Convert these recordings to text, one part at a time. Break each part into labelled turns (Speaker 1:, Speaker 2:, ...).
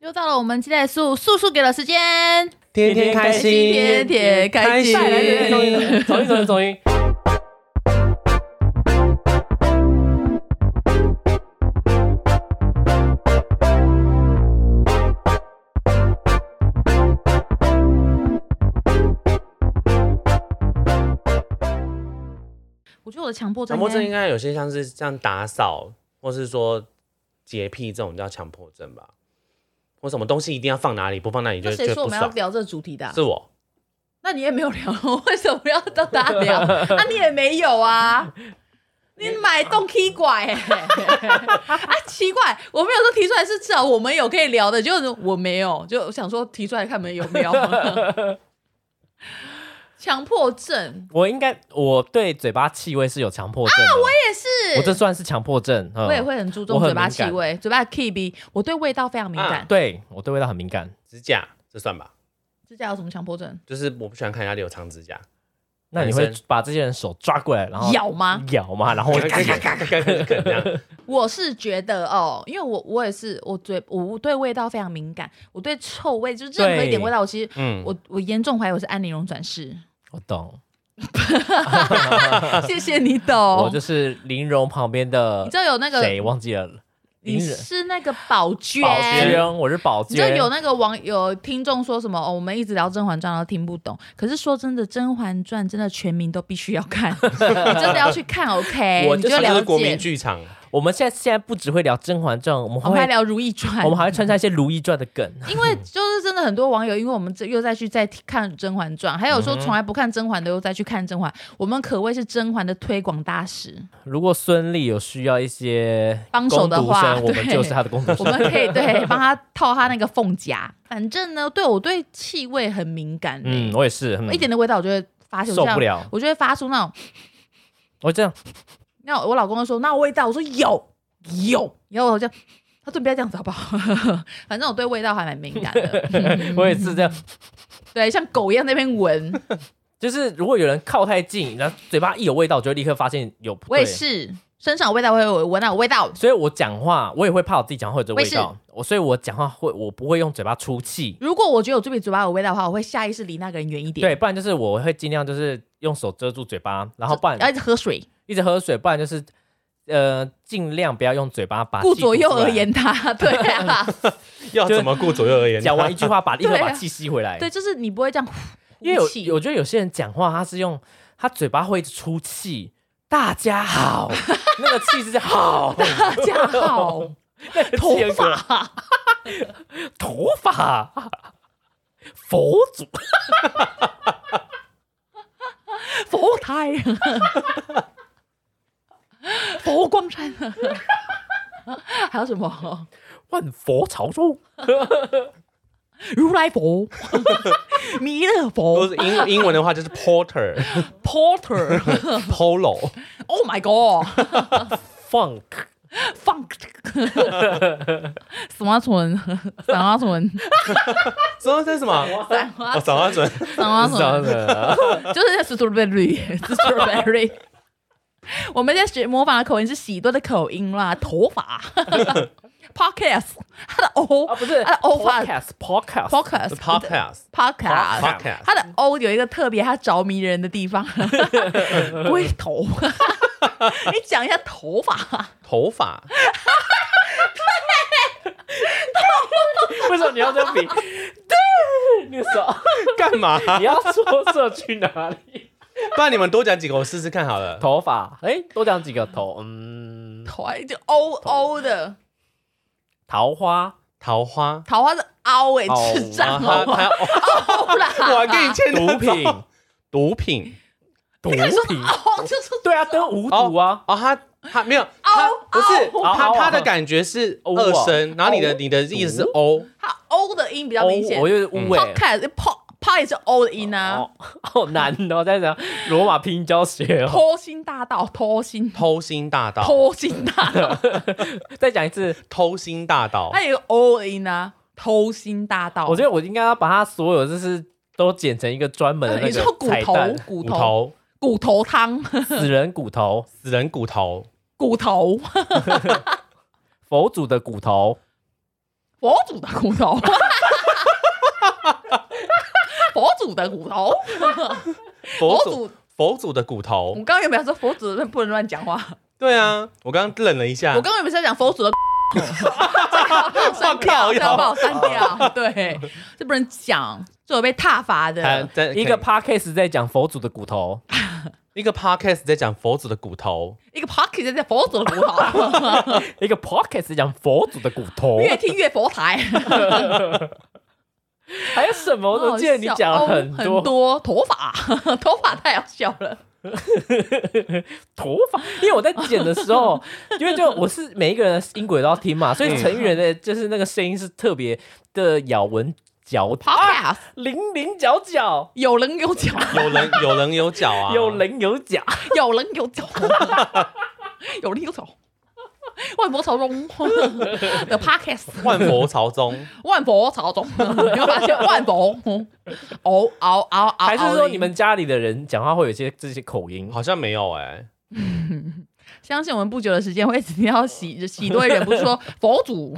Speaker 1: 又到了我们期待的素素素给了时间，
Speaker 2: 天天开心，
Speaker 1: 天天开心
Speaker 2: 开心
Speaker 3: 走音走音走音。
Speaker 1: 我觉得我的强迫
Speaker 2: 强
Speaker 1: 症应
Speaker 2: 迫
Speaker 1: 该
Speaker 2: 症应该有些像是像打扫，或是说洁癖这种叫强迫症吧，或什么东西一定要放哪里，不放那里就
Speaker 4: 那
Speaker 2: 觉
Speaker 4: 谁
Speaker 2: 得
Speaker 4: 说我
Speaker 2: 不
Speaker 4: 们要
Speaker 2: 爽。
Speaker 4: 聊这个主题的啊、
Speaker 2: 是我，
Speaker 4: 那你也没有聊，为什么要到大家聊？啊，你也没有啊。你买动 K 拐、欸，啊，奇怪，我没有说提出来是至少我们有可以聊的，就是我没有，就想说提出来看你们有没有强迫症，
Speaker 3: 我应该我对嘴巴气味是有强迫症的，我
Speaker 4: 也是，
Speaker 3: 我这算是强迫症，嗯
Speaker 4: 我也会很注重
Speaker 3: 我很
Speaker 4: 嘴巴
Speaker 3: 敏
Speaker 4: 气
Speaker 3: 感啊
Speaker 4: 味，嘴巴的 K B，我对味道非常敏感。
Speaker 3: 对我对味道很敏感。
Speaker 2: 指甲这算吧，
Speaker 4: 指甲有什么强迫症？
Speaker 2: 就是我不喜欢看人家留长指甲，
Speaker 3: 那你会
Speaker 2: 男生
Speaker 3: 把这些人手抓过来，然后
Speaker 4: 咬吗？
Speaker 3: 咬嘛，然后
Speaker 2: 我
Speaker 3: 我
Speaker 2: 看看看看看看这样，
Speaker 4: 我是觉得哦，因为我我也是，我嘴我对味道非常敏感，我对臭味就是任何一点味道，我其实
Speaker 2: 嗯，
Speaker 4: 我我严重怀疑我是安陵容转 世。
Speaker 3: 我懂，
Speaker 4: 谢谢你
Speaker 3: 我
Speaker 4: 懂，
Speaker 3: 就是林荣旁边的
Speaker 4: 你知道有那个
Speaker 3: 谁忘记了？
Speaker 4: 你
Speaker 3: 林人
Speaker 4: 是那个宝娟。
Speaker 3: 宝娟，我是宝
Speaker 4: 你知道
Speaker 3: 娟，
Speaker 4: 有那个网友听众说什么？哦，我们一直聊《甄嬛传》，然后听不懂。可是说真的，《甄嬛传》真的全民都必须要看，你真的要去看。OK，
Speaker 2: 我
Speaker 4: 哎你就
Speaker 2: 就像
Speaker 4: 了
Speaker 2: 是国民
Speaker 4: 解。
Speaker 2: 剧场，
Speaker 3: 我们现在现在不只会聊《甄嬛传》，我们
Speaker 4: 我们还
Speaker 3: 会
Speaker 4: 聊《如懿传》，
Speaker 3: 我们还会穿插一些《如懿传》的梗，
Speaker 4: 因为就是真的很多网友，因为我们这又再去再看《甄嬛传》，还有说
Speaker 3: 嗯
Speaker 4: 从来不看甄嬛的又再去看甄嬛，我们可谓是甄嬛的推广大 使。
Speaker 3: 如果孙俪有需要一些
Speaker 4: 帮手的
Speaker 3: 攻读
Speaker 4: 话
Speaker 3: 生我们
Speaker 4: 对
Speaker 3: 就是她的攻读
Speaker 4: 我
Speaker 3: 生。
Speaker 4: 们可以对帮他套他那个凤夹。反正呢，对我对气味很敏感、
Speaker 3: 嗯，
Speaker 4: 嗯，
Speaker 3: 我也是，嗯
Speaker 4: 一点的味道我就会发现
Speaker 3: 受不，
Speaker 4: 啊我这样
Speaker 3: 了。
Speaker 4: 我就会发出那种。
Speaker 3: 我这样，
Speaker 4: 那我老公就说那味道，我说有有，然后我就。他说：“不要这样子好不好？ 反正我对味道还蛮敏感的，
Speaker 3: 我也是这样，
Speaker 4: 对，像狗一样在那边闻。
Speaker 3: 就是如果有人靠太近，然后嘴巴一有味道，我就立刻发现有不
Speaker 4: 我也
Speaker 3: 对。
Speaker 4: 是，身上有味道我会闻到有味道，
Speaker 3: 所以我讲话，我也会怕我自己讲话有这
Speaker 4: 我
Speaker 3: 味
Speaker 4: 也是
Speaker 3: 道，我所以我讲话会，我不会用嘴巴出气，
Speaker 4: 如果我觉得我这边嘴巴有味道的话，我会下意识离那个人远一点。
Speaker 3: 对，不然就是我会尽量就是用手遮住嘴巴，然后不然
Speaker 4: 要一哎直喝水，
Speaker 3: 一直喝水，不然就是呃尽量不要用嘴巴把
Speaker 4: 顾
Speaker 3: 气
Speaker 4: 左
Speaker 3: 吐
Speaker 4: 右
Speaker 3: 出来
Speaker 4: 而，言 他。对啊，
Speaker 2: 要怎么顾左右而言？
Speaker 3: 讲完一句话把立 刻
Speaker 4: 对啊
Speaker 3: 把气吸回来，
Speaker 4: 对，就是你不会这样呼
Speaker 3: 因为有
Speaker 4: 呼气
Speaker 3: 有我觉得有些人讲话他是用他嘴巴会一直出气，大 家好，那个气是这样好，
Speaker 4: 大家好， 头发
Speaker 3: 头发，佛祖，
Speaker 4: 佛台， 佛光山， 还有什么
Speaker 3: 万佛朝宗，
Speaker 4: 如来佛、 弥勒
Speaker 2: 都
Speaker 4: 佛、
Speaker 2: 是英英文的话就是 porter
Speaker 4: Porter，Oh
Speaker 2: polo，
Speaker 4: Oh my God，
Speaker 3: funk，
Speaker 4: 放 什么村，什么村，
Speaker 2: 什么这是 什么？哦
Speaker 4: 什么
Speaker 2: 我找他 准，
Speaker 4: 什么村。
Speaker 3: 的，
Speaker 4: 就是 strawberry，strawberry。我们在学模仿的口音是喜多的口音啦，头发 podcast，他的 o
Speaker 3: 啊不是
Speaker 4: 他的 o 发
Speaker 3: podcast，podcast，
Speaker 4: podcast
Speaker 2: podcast
Speaker 4: podcast
Speaker 2: podcast
Speaker 4: 他的 o 有一个特别他着迷人的地方，龟头。 你讲一下头发，
Speaker 2: 头发，
Speaker 3: 为什么你要这样比？对，你手，
Speaker 2: 干嘛？
Speaker 3: 你要说社去哪里？
Speaker 2: 不然你们多讲几个，我试试看好了。
Speaker 3: 头发，哎，多讲几个头，嗯，
Speaker 4: 头就 o o 的
Speaker 3: 桃花，
Speaker 2: 桃花，
Speaker 4: 桃花是凹哎、
Speaker 3: 哦
Speaker 4: 智障
Speaker 2: 然后他
Speaker 4: 哦，
Speaker 2: 他要
Speaker 4: 凹啦，
Speaker 2: 啊我还跟你欠
Speaker 3: 毒品，
Speaker 2: 毒品
Speaker 3: 毒
Speaker 4: 你说
Speaker 3: 品，
Speaker 4: 凹就是
Speaker 3: 对啊，跟无毒啊，
Speaker 2: 哦，他他没有，他不是
Speaker 3: 哦
Speaker 2: 他
Speaker 3: 哦
Speaker 2: 他的感觉是
Speaker 3: 哦
Speaker 2: 二声，然后你的
Speaker 3: 哦
Speaker 2: 你的意思是哦，
Speaker 4: 他 o 的音比较
Speaker 3: 哦
Speaker 4: 明显
Speaker 3: 我就是乌尾。
Speaker 4: ，podcast po po 也是 o 的音啊。
Speaker 3: 哦，好难哦，在讲罗马拼音教学哦。
Speaker 4: 拖星大道，拖星，
Speaker 2: 偷心大道，
Speaker 4: 拖星大道，
Speaker 3: 再讲一次，
Speaker 2: 偷心大道
Speaker 4: 它，有一个 O 的音啊，偷心大道。
Speaker 3: 我觉得我应该要把它所有就是都剪成一个专门的
Speaker 4: 你
Speaker 3: 那
Speaker 4: 说
Speaker 3: 个
Speaker 4: 骨
Speaker 3: 彩
Speaker 4: 头
Speaker 3: 蛋，，
Speaker 4: 骨
Speaker 2: 骨
Speaker 4: 头，
Speaker 2: 头，
Speaker 4: 骨头汤，
Speaker 3: 死人骨 头，
Speaker 2: 死人骨头，
Speaker 4: 骨头，
Speaker 3: 佛祖的骨头，
Speaker 4: 佛祖的骨头， 佛祖的骨头。
Speaker 2: 佛
Speaker 4: 佛
Speaker 2: 祖
Speaker 4: 祖
Speaker 2: 佛祖的骨
Speaker 4: 我
Speaker 2: 头
Speaker 4: 刚，刚有没有说佛祖的不能乱讲话？
Speaker 2: 对啊，我刚刚愣了一下，
Speaker 4: 我刚刚有没有在讲佛祖的？ 我
Speaker 2: 啊靠
Speaker 4: 这要把我删掉。对，这不能讲，这有被踏伐
Speaker 2: 还
Speaker 4: 的。
Speaker 2: 在
Speaker 3: 一个
Speaker 2: 可
Speaker 3: podcast 在讲佛祖的骨 头，
Speaker 2: 以一个 podcast 在讲佛祖的骨头，
Speaker 4: 一个 pocket 在讲佛祖的骨头，
Speaker 3: 一个 podcast 在讲佛祖的骨头，
Speaker 4: 越听越佛台。
Speaker 3: 还有什么？我怎么记得你讲了
Speaker 4: 好好笑
Speaker 3: 很
Speaker 4: 哦
Speaker 3: 多
Speaker 4: 很
Speaker 3: 啊
Speaker 4: 多头发， 头发太好笑了。
Speaker 3: 头发，因为我在剪的时 候，因为就我是每一个人的音轨都要听嘛，所以成员的就是那个声音是特别的咬文嚼字，
Speaker 4: Podcast、
Speaker 3: 零零角角，
Speaker 4: 有棱有角，
Speaker 2: 有人有人有脚啊，
Speaker 3: 有棱有角。
Speaker 4: 有棱有角，有棱有角。万佛朝宗的 Podcast，
Speaker 2: 万佛朝宗，
Speaker 4: 万佛朝宗， 你会发现万佛，哦嗷嗷嗷嗷，
Speaker 3: 还是说你们家里的人讲话会有一些这些口音？
Speaker 2: 好像没有哎，
Speaker 4: 相信我们不久的时间会只听到喜喜多人不是说佛祖，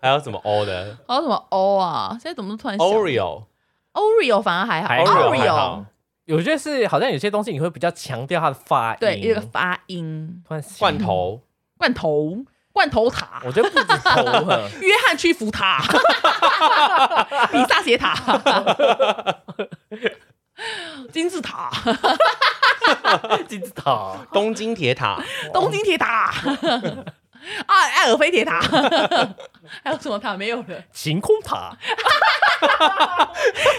Speaker 2: 还有什么 O 的
Speaker 4: 还有什么欧啊？现在怎么突然想
Speaker 2: Oreo
Speaker 4: Oreo 反而还好
Speaker 3: 还
Speaker 2: Oreo
Speaker 3: 好
Speaker 2: 还好
Speaker 3: 有些是好像有些东西你会比较强调它的发音。
Speaker 4: 对，一个发音
Speaker 3: 突然想
Speaker 2: 罐，头，
Speaker 4: 罐头罐头塔，
Speaker 3: 我觉得不止头了
Speaker 4: 约翰屈服 塔，比萨斜塔，金字塔，
Speaker 3: 金字 塔。
Speaker 2: 东京铁塔，
Speaker 4: 东京铁塔，艾艾尔菲铁 塔，还有什么塔没有了？
Speaker 3: 晴空塔、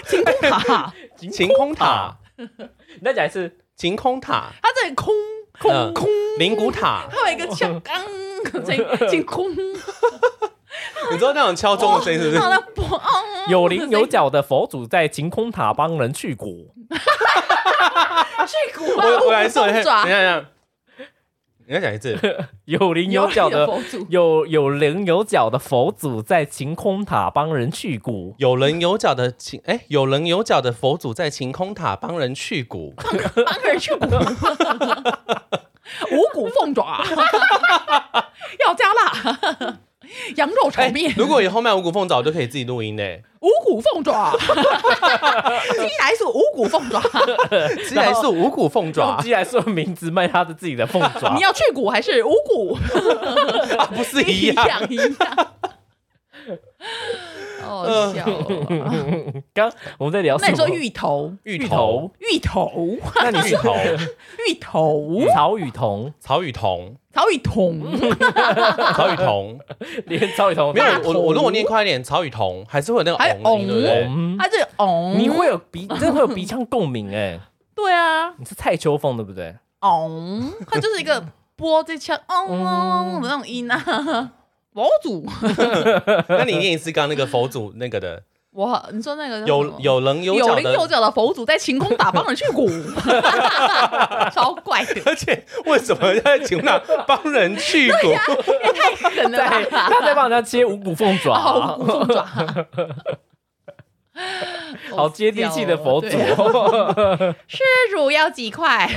Speaker 4: 晴空塔，
Speaker 2: 晴空塔，
Speaker 3: 你再讲一次，
Speaker 2: 晴空塔，
Speaker 4: 它这里空空
Speaker 2: 嗯
Speaker 4: 空，
Speaker 2: 灵骨塔，
Speaker 4: 它有一个像刚这晴空，
Speaker 2: 你知道那种敲钟的声音是不
Speaker 4: 然后
Speaker 2: 是？
Speaker 4: 它不嗯
Speaker 3: 有棱有角的佛祖在晴空塔帮人去骨。
Speaker 4: 去骨啊，
Speaker 2: 我我来说，
Speaker 4: 乌
Speaker 2: 等
Speaker 4: 龙
Speaker 2: 一
Speaker 4: 爪
Speaker 2: 下等一，下，你再讲一次，
Speaker 3: 有棱有角的
Speaker 4: 佛祖，
Speaker 3: 有有棱有角的佛祖在晴空塔帮人去骨，
Speaker 2: 有人有脚的晴，哎，有人有脚的佛祖在晴空塔帮人去骨，
Speaker 4: 帮人去骨， 五谷凤爪，要加辣。羊肉炒
Speaker 2: 哎
Speaker 4: 面，
Speaker 2: 如果以后卖五谷凤爪，我就可以自己录音嘞。
Speaker 4: 五谷凤爪，鸡来素五谷凤爪，
Speaker 2: 鸡来是五谷凤爪
Speaker 3: 用，鸡来说名字卖他的自己的凤 爪
Speaker 4: 你。要去骨还是五谷？
Speaker 2: 啊不是一样？
Speaker 4: 一样。哦，笑哦！
Speaker 3: 刚我们在聊什
Speaker 4: 那你
Speaker 3: 么？
Speaker 4: 说芋头，
Speaker 2: 芋
Speaker 3: 芋
Speaker 2: 头
Speaker 3: 头、嗯
Speaker 4: 芋头，
Speaker 3: 那你
Speaker 2: 芋
Speaker 3: 是
Speaker 2: 头、
Speaker 4: 芋头，
Speaker 3: 曹雨桐，
Speaker 2: 曹雨桐、
Speaker 4: 曹雨桐，
Speaker 2: 曹雨桐，
Speaker 3: 连曹雨桐
Speaker 2: 没有
Speaker 3: 大
Speaker 2: 我我如果念快一点，曹雨桐还是会有那个
Speaker 4: 还有
Speaker 2: 昂音，对不对？
Speaker 3: 嗯
Speaker 4: 它是哦，
Speaker 3: 你会有鼻，真的会有鼻腔共鸣哎、
Speaker 4: 对啊，
Speaker 3: 你是蔡秋凤对不 对？
Speaker 4: 哦，它就是一 个波这腔哦哦的那种音啊。佛祖，
Speaker 2: 那你念一次刚刚那个佛祖那个的，
Speaker 4: 我你说那个叫什么
Speaker 2: 有有棱有
Speaker 4: 嗯有
Speaker 2: 角
Speaker 4: 棱有
Speaker 2: 的，
Speaker 4: 角的佛祖在晴空打帮人去 骨，超怪的，
Speaker 2: 而且为什么要在晴朗帮人去骨？
Speaker 4: 太狠了
Speaker 3: 在
Speaker 4: 吧！
Speaker 3: 他在帮人家切五谷凤 爪、
Speaker 4: 好凤爪，
Speaker 3: 好接地气的佛祖。
Speaker 4: 哦对施主要几块？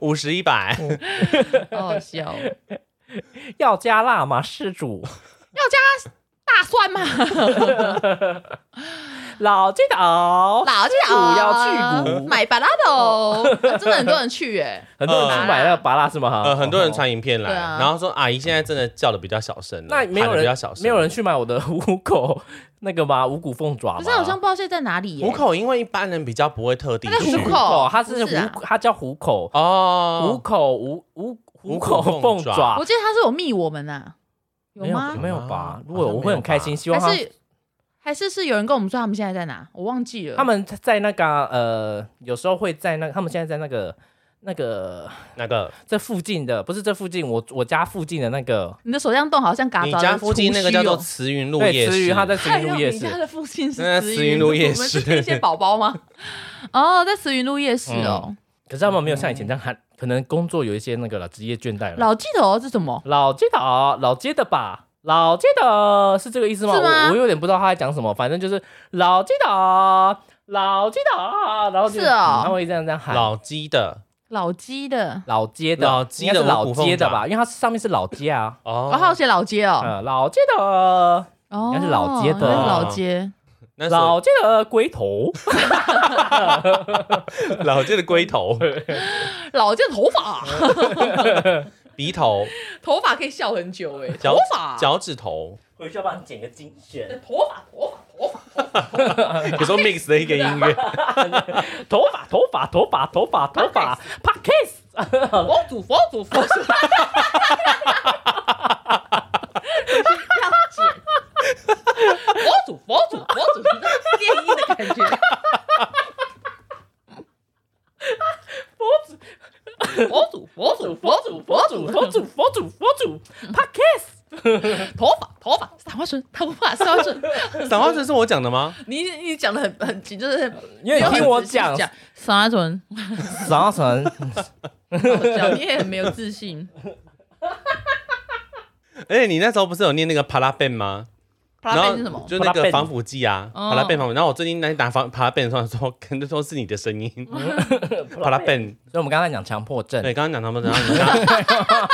Speaker 2: 五十一百，
Speaker 3: 嗯
Speaker 4: 好笑，
Speaker 3: 要加辣吗？施主，
Speaker 4: 大蒜吗？
Speaker 3: 老街头，
Speaker 4: 老去
Speaker 3: 要去骨
Speaker 4: 买巴拉豆，真的很多人去哎，
Speaker 3: 很多人去买那个拔辣是吗？哦
Speaker 2: 呃，嗯很多人
Speaker 3: 传，
Speaker 2: 传影片来，
Speaker 4: 对啊
Speaker 2: 然后说阿姨现在真的叫的比较小声了，
Speaker 3: 那没有
Speaker 2: 喊得比
Speaker 3: 人
Speaker 2: 较小声，
Speaker 3: 没有人。去买我的 五口那个吗？五谷凤爪吗？
Speaker 4: 可是啊好像不知道现在在哪里耶
Speaker 2: 虎。口因为一般人比较不会特地
Speaker 4: 那个
Speaker 2: 去
Speaker 4: 虎口
Speaker 3: 虎口，它是
Speaker 4: 不是啊
Speaker 3: 虎，它叫虎口，虎
Speaker 2: 哦，
Speaker 3: 口五五虎
Speaker 2: 虎口
Speaker 3: 口
Speaker 2: 凤
Speaker 3: 凤
Speaker 2: 爪
Speaker 3: 爪
Speaker 4: 我。记得他是有密我们呐，有
Speaker 3: 没有
Speaker 4: 吗？
Speaker 3: 没有
Speaker 2: 有
Speaker 3: 吧
Speaker 2: 吗？
Speaker 3: 如果
Speaker 2: 好像
Speaker 3: 我会
Speaker 2: 没有
Speaker 3: 很开
Speaker 2: 吧
Speaker 3: 心，希望他
Speaker 4: 还是还是是有人跟我们说他们现在在哪？我忘记了。
Speaker 3: 他们在那个啊呃，有时候会在那，他们现在在那个那个
Speaker 2: 那个
Speaker 3: 这附近的，不是这附近，我我家附近的那个
Speaker 4: 你的手这样动好像嘎
Speaker 2: 你
Speaker 4: 着
Speaker 2: 家附近那个叫做
Speaker 4: 除须哦
Speaker 2: 慈云路
Speaker 3: 对，
Speaker 2: 夜
Speaker 3: 慈云，
Speaker 2: 市，
Speaker 3: 他在慈
Speaker 4: 看
Speaker 3: 云
Speaker 4: 样
Speaker 3: 路夜
Speaker 4: 你家
Speaker 3: 市。
Speaker 4: 的附近是
Speaker 2: 那
Speaker 4: 慈
Speaker 2: 慈云路夜
Speaker 4: 我们
Speaker 2: 市
Speaker 4: 是天线宝宝 吗？哦，在慈云路夜市哦。
Speaker 2: 嗯
Speaker 3: 可是他们没有像以前这样喊，可能工作有一些那个了，职业倦怠了。
Speaker 4: 老鸡头哦是什么？
Speaker 3: 老街道，老街的吧。老街的是这个意思吗？
Speaker 4: 是吗
Speaker 3: 我我有点不知道他在讲什么，反正就是老街道，老街道，然后就是嗯
Speaker 4: 哦
Speaker 3: 他会这样这样喊。
Speaker 2: 老鸡的
Speaker 1: 老鸡的，
Speaker 3: 老街的，
Speaker 2: 老街的
Speaker 3: 应该是老
Speaker 2: 五谷
Speaker 3: 街的
Speaker 2: 丰
Speaker 3: 吧，因为它上面是老街啊，
Speaker 2: 哦
Speaker 4: 我好写老街哦，
Speaker 3: 嗯，老街的，
Speaker 1: 哦，
Speaker 3: 应该是老街的
Speaker 1: 应该是老
Speaker 2: 嗯
Speaker 1: 街，
Speaker 2: 那时候
Speaker 3: 老街的龟头，
Speaker 2: 老街的龟 头、
Speaker 4: 老街的头 发，
Speaker 2: 鼻头、
Speaker 4: 头发可以笑很久哎，
Speaker 2: 脚
Speaker 4: 头发，
Speaker 2: 脚趾头，
Speaker 3: 回去要帮你剪个精选，
Speaker 4: 头发，头发，头发，
Speaker 2: 有时候 mix 的一个音 乐，
Speaker 3: 头发，头发，头发，头发，头发 p o d c a s
Speaker 4: 佛祖，佛祖，佛祖，佛祖，佛祖，佛祖，你知道电音的感觉。佛祖，佛祖，佛祖，佛祖，
Speaker 3: 佛祖，佛祖，佛祖 p o d c a s
Speaker 4: 头发，头发，散花顺，头发，散花顺。
Speaker 2: 散花这是我讲的吗？
Speaker 4: 你你讲的很很紧，就是
Speaker 3: 因为你听我讲，
Speaker 1: 沈阿纯，
Speaker 3: 早晨，
Speaker 4: 讲，你也很没有自信。
Speaker 2: 而哎且你那时候不是有念那个帕拉贝吗？
Speaker 4: 啪啦贝是什么？
Speaker 2: 就那
Speaker 3: 帕拉
Speaker 2: 个
Speaker 3: 贝
Speaker 2: 防腐剂啊，
Speaker 4: 哦
Speaker 2: 帕拉贝防腐。然后我最近在打防帕拉贝的时候，说可能说是你的声 音，
Speaker 4: 嗯
Speaker 2: 帕拉贝。
Speaker 3: 所以我们刚才讲强迫症，
Speaker 2: 对，刚刚讲他 们，然后你刚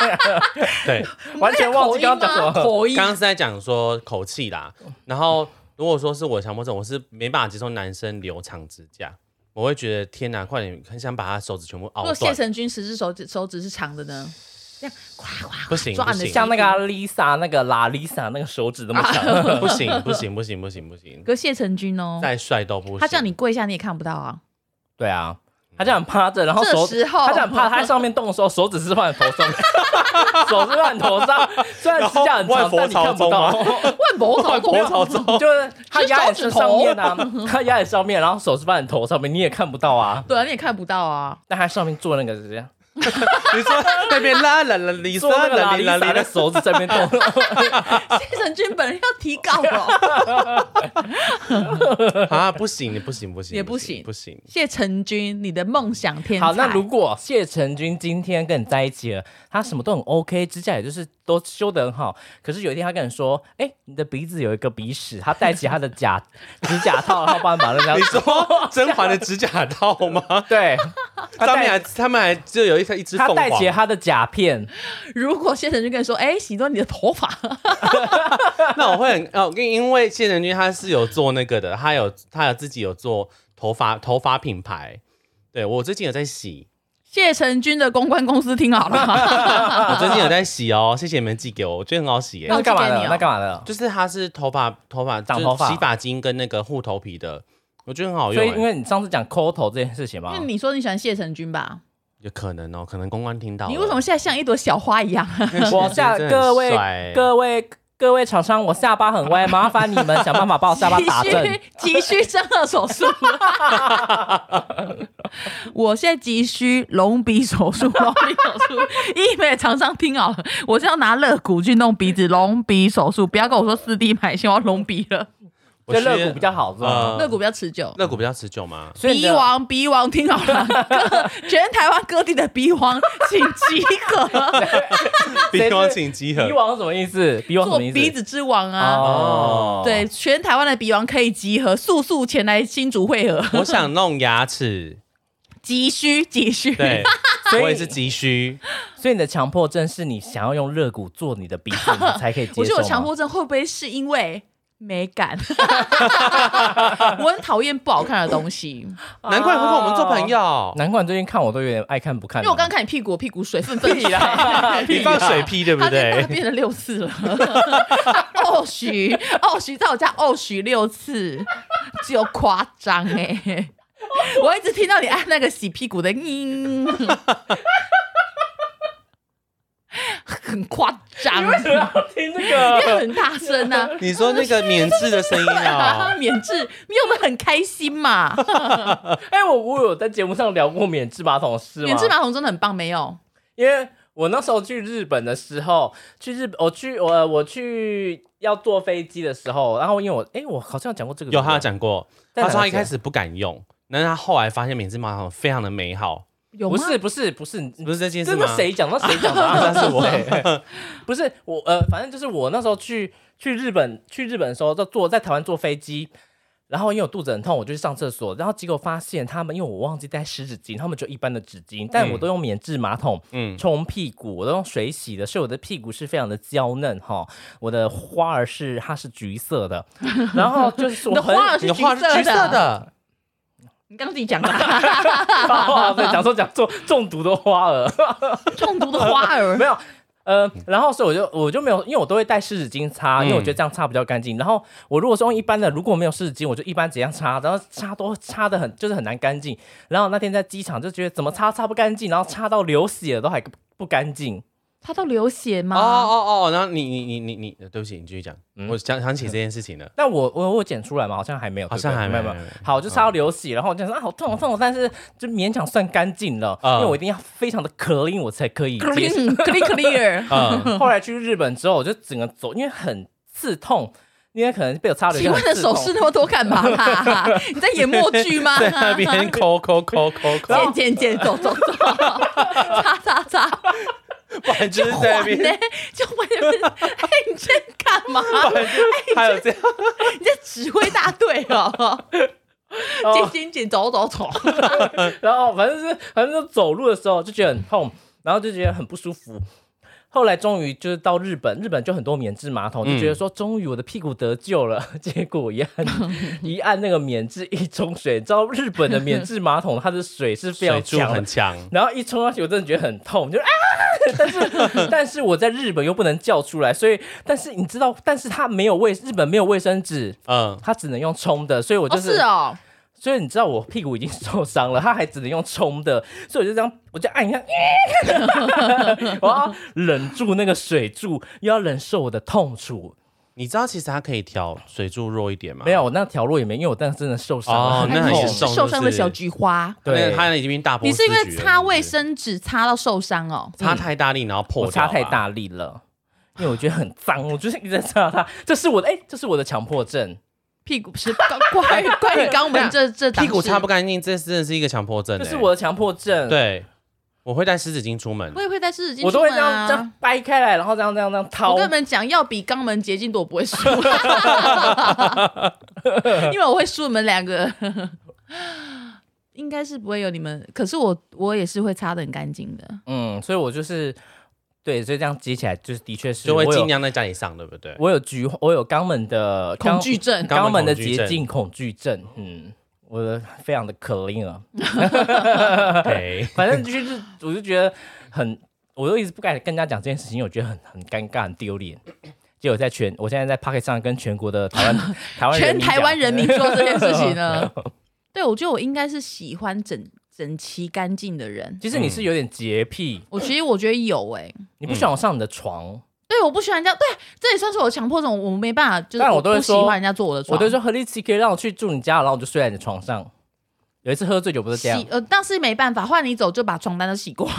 Speaker 2: 对，
Speaker 3: 完全忘记刚刚讲什么。
Speaker 4: 口音啊
Speaker 2: 刚刚是在讲说口气啦。然后如果说是我的强迫症，我是没办法接受男生留长指甲，我会觉得天哪，快点，很想把他手指全部
Speaker 4: 如
Speaker 2: 凹
Speaker 4: 果谢
Speaker 2: 断，
Speaker 4: 神君十只手指手指是长的呢？这样夸夸
Speaker 2: 不行
Speaker 4: 抓
Speaker 2: 不
Speaker 4: 你的
Speaker 2: 行，
Speaker 3: 像那个啊 Lisa 那个拉 Lisa 那个手指那么
Speaker 2: 啊
Speaker 3: 长，
Speaker 2: 不行不行不行不行不行，
Speaker 1: 哥谢成君哦，
Speaker 2: 再帅都不行。
Speaker 1: 他叫你跪下你也看不到啊，
Speaker 3: 对啊，他这样趴着，然后手
Speaker 4: 这时候
Speaker 3: 他这样趴，他在上面动的时候，手指是放在头上，手是放在头上，虽然指甲 很
Speaker 2: 然后
Speaker 3: 长，哦但
Speaker 2: 万佛
Speaker 3: 你
Speaker 2: 朝
Speaker 3: 看不
Speaker 2: 宗吗
Speaker 3: 到。
Speaker 4: 万 佛朝宗，
Speaker 2: 我操中，
Speaker 3: 就是他压在身上面啊
Speaker 4: 是，
Speaker 3: 他压在上面，然后手是放在头上面，你也看不到啊。
Speaker 4: 对啊，你也看不到啊。
Speaker 3: 但他上面做那个是这样，
Speaker 2: 你说那边 啦啦啦，你
Speaker 3: 做
Speaker 2: 说
Speaker 3: 那个拉
Speaker 2: 啦啦
Speaker 3: 力
Speaker 2: 啦
Speaker 3: 拉
Speaker 2: 啦
Speaker 3: 的，手指在那边 动，
Speaker 4: 谢神君本人要提告哦了，
Speaker 2: 啊，不行，你不行不行，
Speaker 4: 也不行
Speaker 2: 不行，
Speaker 4: 谢成君，你的梦想天才。
Speaker 3: 好，那如果谢成君今天跟你在一起了，他什么都很 OK，指甲也就是都修得很好。可是有一天他跟你说：“哎、你的鼻子有一个鼻屎。”他戴起他的 假指甲套，然后帮你 把那
Speaker 2: 你
Speaker 3: 张
Speaker 2: 说甄嬛的指甲套吗？
Speaker 3: 对，他
Speaker 2: 上面还
Speaker 3: 戴
Speaker 2: 他们还就有一颗一只
Speaker 3: 他
Speaker 2: 凤
Speaker 3: 戴起
Speaker 2: 凰，
Speaker 3: 他的甲片，
Speaker 4: 如果谢神君跟你说，哎，洗掉你的头发，
Speaker 2: 那我会很哦，因因为谢仁君他是有做那个的，他有他有自己有做头发头发品牌，对我最近有在洗，
Speaker 4: 谢成君的公关公司听好了，
Speaker 2: 我最近有在洗哦，谢谢你们寄给我，我觉得很好洗耶
Speaker 3: 啊那
Speaker 1: 我
Speaker 3: 是干嘛
Speaker 1: 寄给
Speaker 3: 的
Speaker 1: 你？哦
Speaker 3: 那干嘛的？
Speaker 2: 就是它是头发头发
Speaker 3: 长
Speaker 2: 就是
Speaker 3: 头发
Speaker 2: 洗发精跟那个护头皮的，我觉得很好
Speaker 3: 所以
Speaker 2: 用欸
Speaker 3: 因
Speaker 2: 耶，
Speaker 3: 为你上次讲抠头这件事情嘛
Speaker 1: 嗯
Speaker 4: 因为，你说你喜欢谢成君吧？
Speaker 2: 有可能哦，可能公关听到了，
Speaker 4: 你为什么现在像一朵小花一样？
Speaker 3: 我下
Speaker 2: 真的很
Speaker 3: 各位
Speaker 2: 帅欸
Speaker 3: 各位各位厂商，我下巴很歪，麻烦你们想办法哦把我下巴打正。
Speaker 4: 急需急需正颌手术，
Speaker 1: 我现在急需隆鼻手术，隆鼻手术，医美厂商听好了，我是要拿肋骨去弄鼻子，隆鼻手术，不要跟我说四 D 买线，我要隆鼻了。
Speaker 2: 我
Speaker 3: 所以
Speaker 2: 觉得
Speaker 3: 肋骨比较好，是吧？
Speaker 2: 呃
Speaker 4: 肋骨比较持久。
Speaker 2: 肋骨比较持久吗？
Speaker 3: 所以嗯你
Speaker 1: 鼻
Speaker 3: 的
Speaker 1: 王，鼻王，听好了，各全台湾各地的鼻王，请集 合，
Speaker 2: 鼻王请集合
Speaker 3: 鼻，王什么意思？鼻王什
Speaker 4: 做
Speaker 3: 么意思？
Speaker 4: 鼻子之王啊！
Speaker 3: 哦，
Speaker 4: 对，全台湾的鼻王可以集合，速速前来新竹会合，
Speaker 2: 我想弄牙齿，
Speaker 4: 急需急需。
Speaker 2: 对
Speaker 3: 所以
Speaker 2: 我也是急需，
Speaker 3: 所以你的强迫症是你想要用肋骨做你的鼻子，你才可以接 受
Speaker 4: 我
Speaker 3: 吗
Speaker 4: 觉得我强迫症会不会是因为美感？ 我很讨厌不好看的东西，因
Speaker 2: 难怪会跟我们做朋友。
Speaker 3: 难怪你最近看我都有点爱看不看。
Speaker 4: 为我刚看你屁股，我屁股水粪粪
Speaker 3: 屁 啦，
Speaker 2: 你放水屁对不
Speaker 4: 他在大
Speaker 2: 对？
Speaker 4: 便了六次了， 哦许哦许在我家哦许六次，只有夸张哎，我一直听到你按那个洗屁股的音， 很夸张，
Speaker 3: 屁啦， 听这 个。
Speaker 4: 因为很大声啊呐、
Speaker 2: 你说那个免治的 声音
Speaker 4: 啊，
Speaker 2: 啊、
Speaker 4: 免治用的很开心嘛，
Speaker 3: 哎，我我有在节目上聊过免治马桶是吗？
Speaker 4: 免治马桶真的很棒，没有
Speaker 3: 因为我那时候去日本的时候，去日我去我我去要坐飞机的时候，然后因为我哎、我好像有讲过这个，
Speaker 2: 有他
Speaker 3: 对
Speaker 2: 有
Speaker 3: 不对，
Speaker 2: 讲过，
Speaker 3: 但
Speaker 2: 他说他
Speaker 3: 哪
Speaker 2: 一
Speaker 3: 个
Speaker 2: 开始不敢用，但是他后来发现免治马桶非常的美好，
Speaker 4: 有吗？
Speaker 3: 不是不是不是
Speaker 2: 不是这件事
Speaker 3: 这个
Speaker 2: 吗？
Speaker 3: 谁讲到谁讲 的、
Speaker 2: 啊
Speaker 3: 啊？
Speaker 2: 那是我
Speaker 3: 对不是我呃，反正就是我那时候去去日本去日本的时候，就坐在台湾坐飞机，然后因为我肚子很痛，我就去上厕所，然后结果发现他们，因为我忘记带湿纸巾，他们就一般的纸
Speaker 4: 嗯
Speaker 3: 巾，但我都用免治马桶
Speaker 2: 嗯，
Speaker 3: 冲屁股，我都用水洗的，所以我的屁股是非常的娇嫩哈，我的花儿是它是橘色的，然后就是
Speaker 4: 你
Speaker 3: 我
Speaker 4: 的
Speaker 3: 很
Speaker 4: 花儿
Speaker 2: 你
Speaker 4: 是
Speaker 2: 的画 是橘色
Speaker 4: 的，
Speaker 2: 的，
Speaker 1: 你刚刚自己讲的 啊，
Speaker 3: 花 花哦对，讲说讲错中毒的花儿，
Speaker 4: 中毒的花儿
Speaker 3: 没有。呃，
Speaker 2: 嗯
Speaker 3: 然后所以我就我就没有，因为我都会带湿纸巾擦，因为我觉得这样擦比较干净。然后我如果是用一般的，如果没有湿纸巾，我就一般怎样擦，然后擦都擦的很，就是很难干净。然后那天在机场就觉得怎么擦擦不干净，然后擦到流血了都还不干净。
Speaker 4: 他都流血
Speaker 2: 哦
Speaker 4: 吗？
Speaker 2: 哦哦，然后你你你你你，对不起，你继续讲，我想想起这件事情 了，
Speaker 3: 但我我我剪出来嘛，好像还没有，
Speaker 2: 好像
Speaker 3: 对不对
Speaker 2: 还没嗯
Speaker 3: 没有
Speaker 2: 还
Speaker 3: 没有
Speaker 2: 没。
Speaker 3: 好，就擦到流血，然后我就说啊，好痛好痛，但是就勉强算干净了，
Speaker 2: 嗯
Speaker 3: 因为我一定要非常的 clean 我才可以接受
Speaker 4: clean clean clear，
Speaker 2: 嗯，
Speaker 3: 后来去日本之后，我就整个走，因为很刺痛，因为可能被我擦流血
Speaker 4: 请问
Speaker 3: 很
Speaker 4: 的
Speaker 3: 刺痛。
Speaker 4: 手势那么多干嘛啦？你在演默剧吗？
Speaker 2: 在那边抠抠抠抠抠，
Speaker 4: 剪剪剪，走走走，擦擦擦，
Speaker 2: 不然就是
Speaker 4: 还
Speaker 2: 在那
Speaker 4: 呢
Speaker 2: 边，？
Speaker 4: 就我也不是，哎，你在干嘛？
Speaker 2: 不然就还有这样，
Speaker 4: 你在指挥大队哦。
Speaker 3: 哦
Speaker 2: 哦
Speaker 4: 剪剪剪，走走走，
Speaker 3: 然后反正是反正就走路的时候就觉得很痛，然后就觉得很不舒服。后来终于就是到日本，日本就很多免治马桶，
Speaker 2: 嗯
Speaker 3: 就觉得说终于我的屁股得救了。 结果一 按一按那个免治一冲水，你知道日本的免治马 桶它的水是非
Speaker 2: 水
Speaker 3: 常
Speaker 2: 柱
Speaker 3: 强的
Speaker 2: 很，强，
Speaker 3: 然后一冲上去，我真的觉得很痛，就啊！ 但是 但是我在日本又不能叫出来，所以但是你知道，但是他没有卫日本没有卫生纸，
Speaker 2: 嗯，
Speaker 3: 他只能用冲的，所以我
Speaker 4: 哦
Speaker 3: 就是，
Speaker 2: 啊
Speaker 4: 是哦，
Speaker 3: 所以你知道我屁股已经受伤了，他还只能用冲的，所以我就这样，我就按一下， 我要忍住那个水柱，又要忍受我的痛楚。
Speaker 2: 你知道其实它可以调水柱弱一点吗？
Speaker 3: 没有，我那条路也没，因为我当时真的受伤了，
Speaker 2: 哦
Speaker 3: 很
Speaker 2: 那
Speaker 3: 痛
Speaker 2: 还
Speaker 4: 你
Speaker 2: 是
Speaker 4: 受伤的小菊花。
Speaker 2: 那
Speaker 3: 对
Speaker 2: 个他已经变大波
Speaker 4: 你
Speaker 2: 斯
Speaker 4: 是因为
Speaker 2: 菊了
Speaker 4: 擦卫生纸擦到受伤哦？
Speaker 2: 擦太大力，然后破
Speaker 3: 我
Speaker 2: 掉啊
Speaker 3: 擦太，大力了，因为我觉得很脏，我就是一直在擦它。这是我的，哎、这是我的强迫症。
Speaker 4: 屁股是怪怪你刚我 们
Speaker 3: 啊
Speaker 4: 这这档
Speaker 2: 屁股
Speaker 4: 事
Speaker 2: 擦不，干净，这真的是一个强迫症、欸。
Speaker 3: 这是我的强迫症。，
Speaker 2: 对，我会带湿纸巾出门
Speaker 4: 我。也会带湿纸巾
Speaker 3: 我都会
Speaker 4: 出
Speaker 3: 这
Speaker 4: 门
Speaker 3: 样
Speaker 4: 啊
Speaker 3: 这样掰开来，然后这样这样这样掏
Speaker 4: 我。跟你们讲，要比肛门洁净度我不会 输，因为我会输你们两个。 应该是不会有你们，可是我我也是会擦的很干净的。
Speaker 3: 嗯，所以我就是对，所以这样接起来就是的确是
Speaker 2: 就会
Speaker 3: 我有
Speaker 2: 尽量在家里上，对不对？
Speaker 3: 我有菊花，我有肛门的肛
Speaker 4: 恐惧症
Speaker 3: 肛门
Speaker 2: 肛门恐
Speaker 3: 的
Speaker 2: 惧
Speaker 3: 洁
Speaker 2: 症
Speaker 3: 净恐惧症。嗯，我的非常的 clean 啊，
Speaker 2: 对，
Speaker 3: 反正就是我就觉得很，我就一直不敢跟人家讲这件事情，因为我觉得很很尴尬、很丢脸。结果在全，我现在在 p o c k e t 上跟全国的台湾 台湾人
Speaker 4: 全
Speaker 3: 民讲
Speaker 4: 台湾人民做这件事情 呢？对，我觉得我应该是喜欢整整齐干净的人。
Speaker 3: 其实你是有点洁癖，
Speaker 4: 我其实我觉得有哎、
Speaker 3: 你不喜欢我上你的床，
Speaker 4: 对，我不喜欢人家，对，这也算是我的强迫症，我没办法，就是
Speaker 3: 但我都会
Speaker 4: 不喜
Speaker 3: 说
Speaker 4: 欢人家坐我的
Speaker 3: 我
Speaker 4: 床。
Speaker 3: 就说何立奇可以让我去住你家，然后我就睡在你的床上。有一次喝醉酒不是这样
Speaker 4: 洗，呃，但是没办法，换你走就把床单都洗过。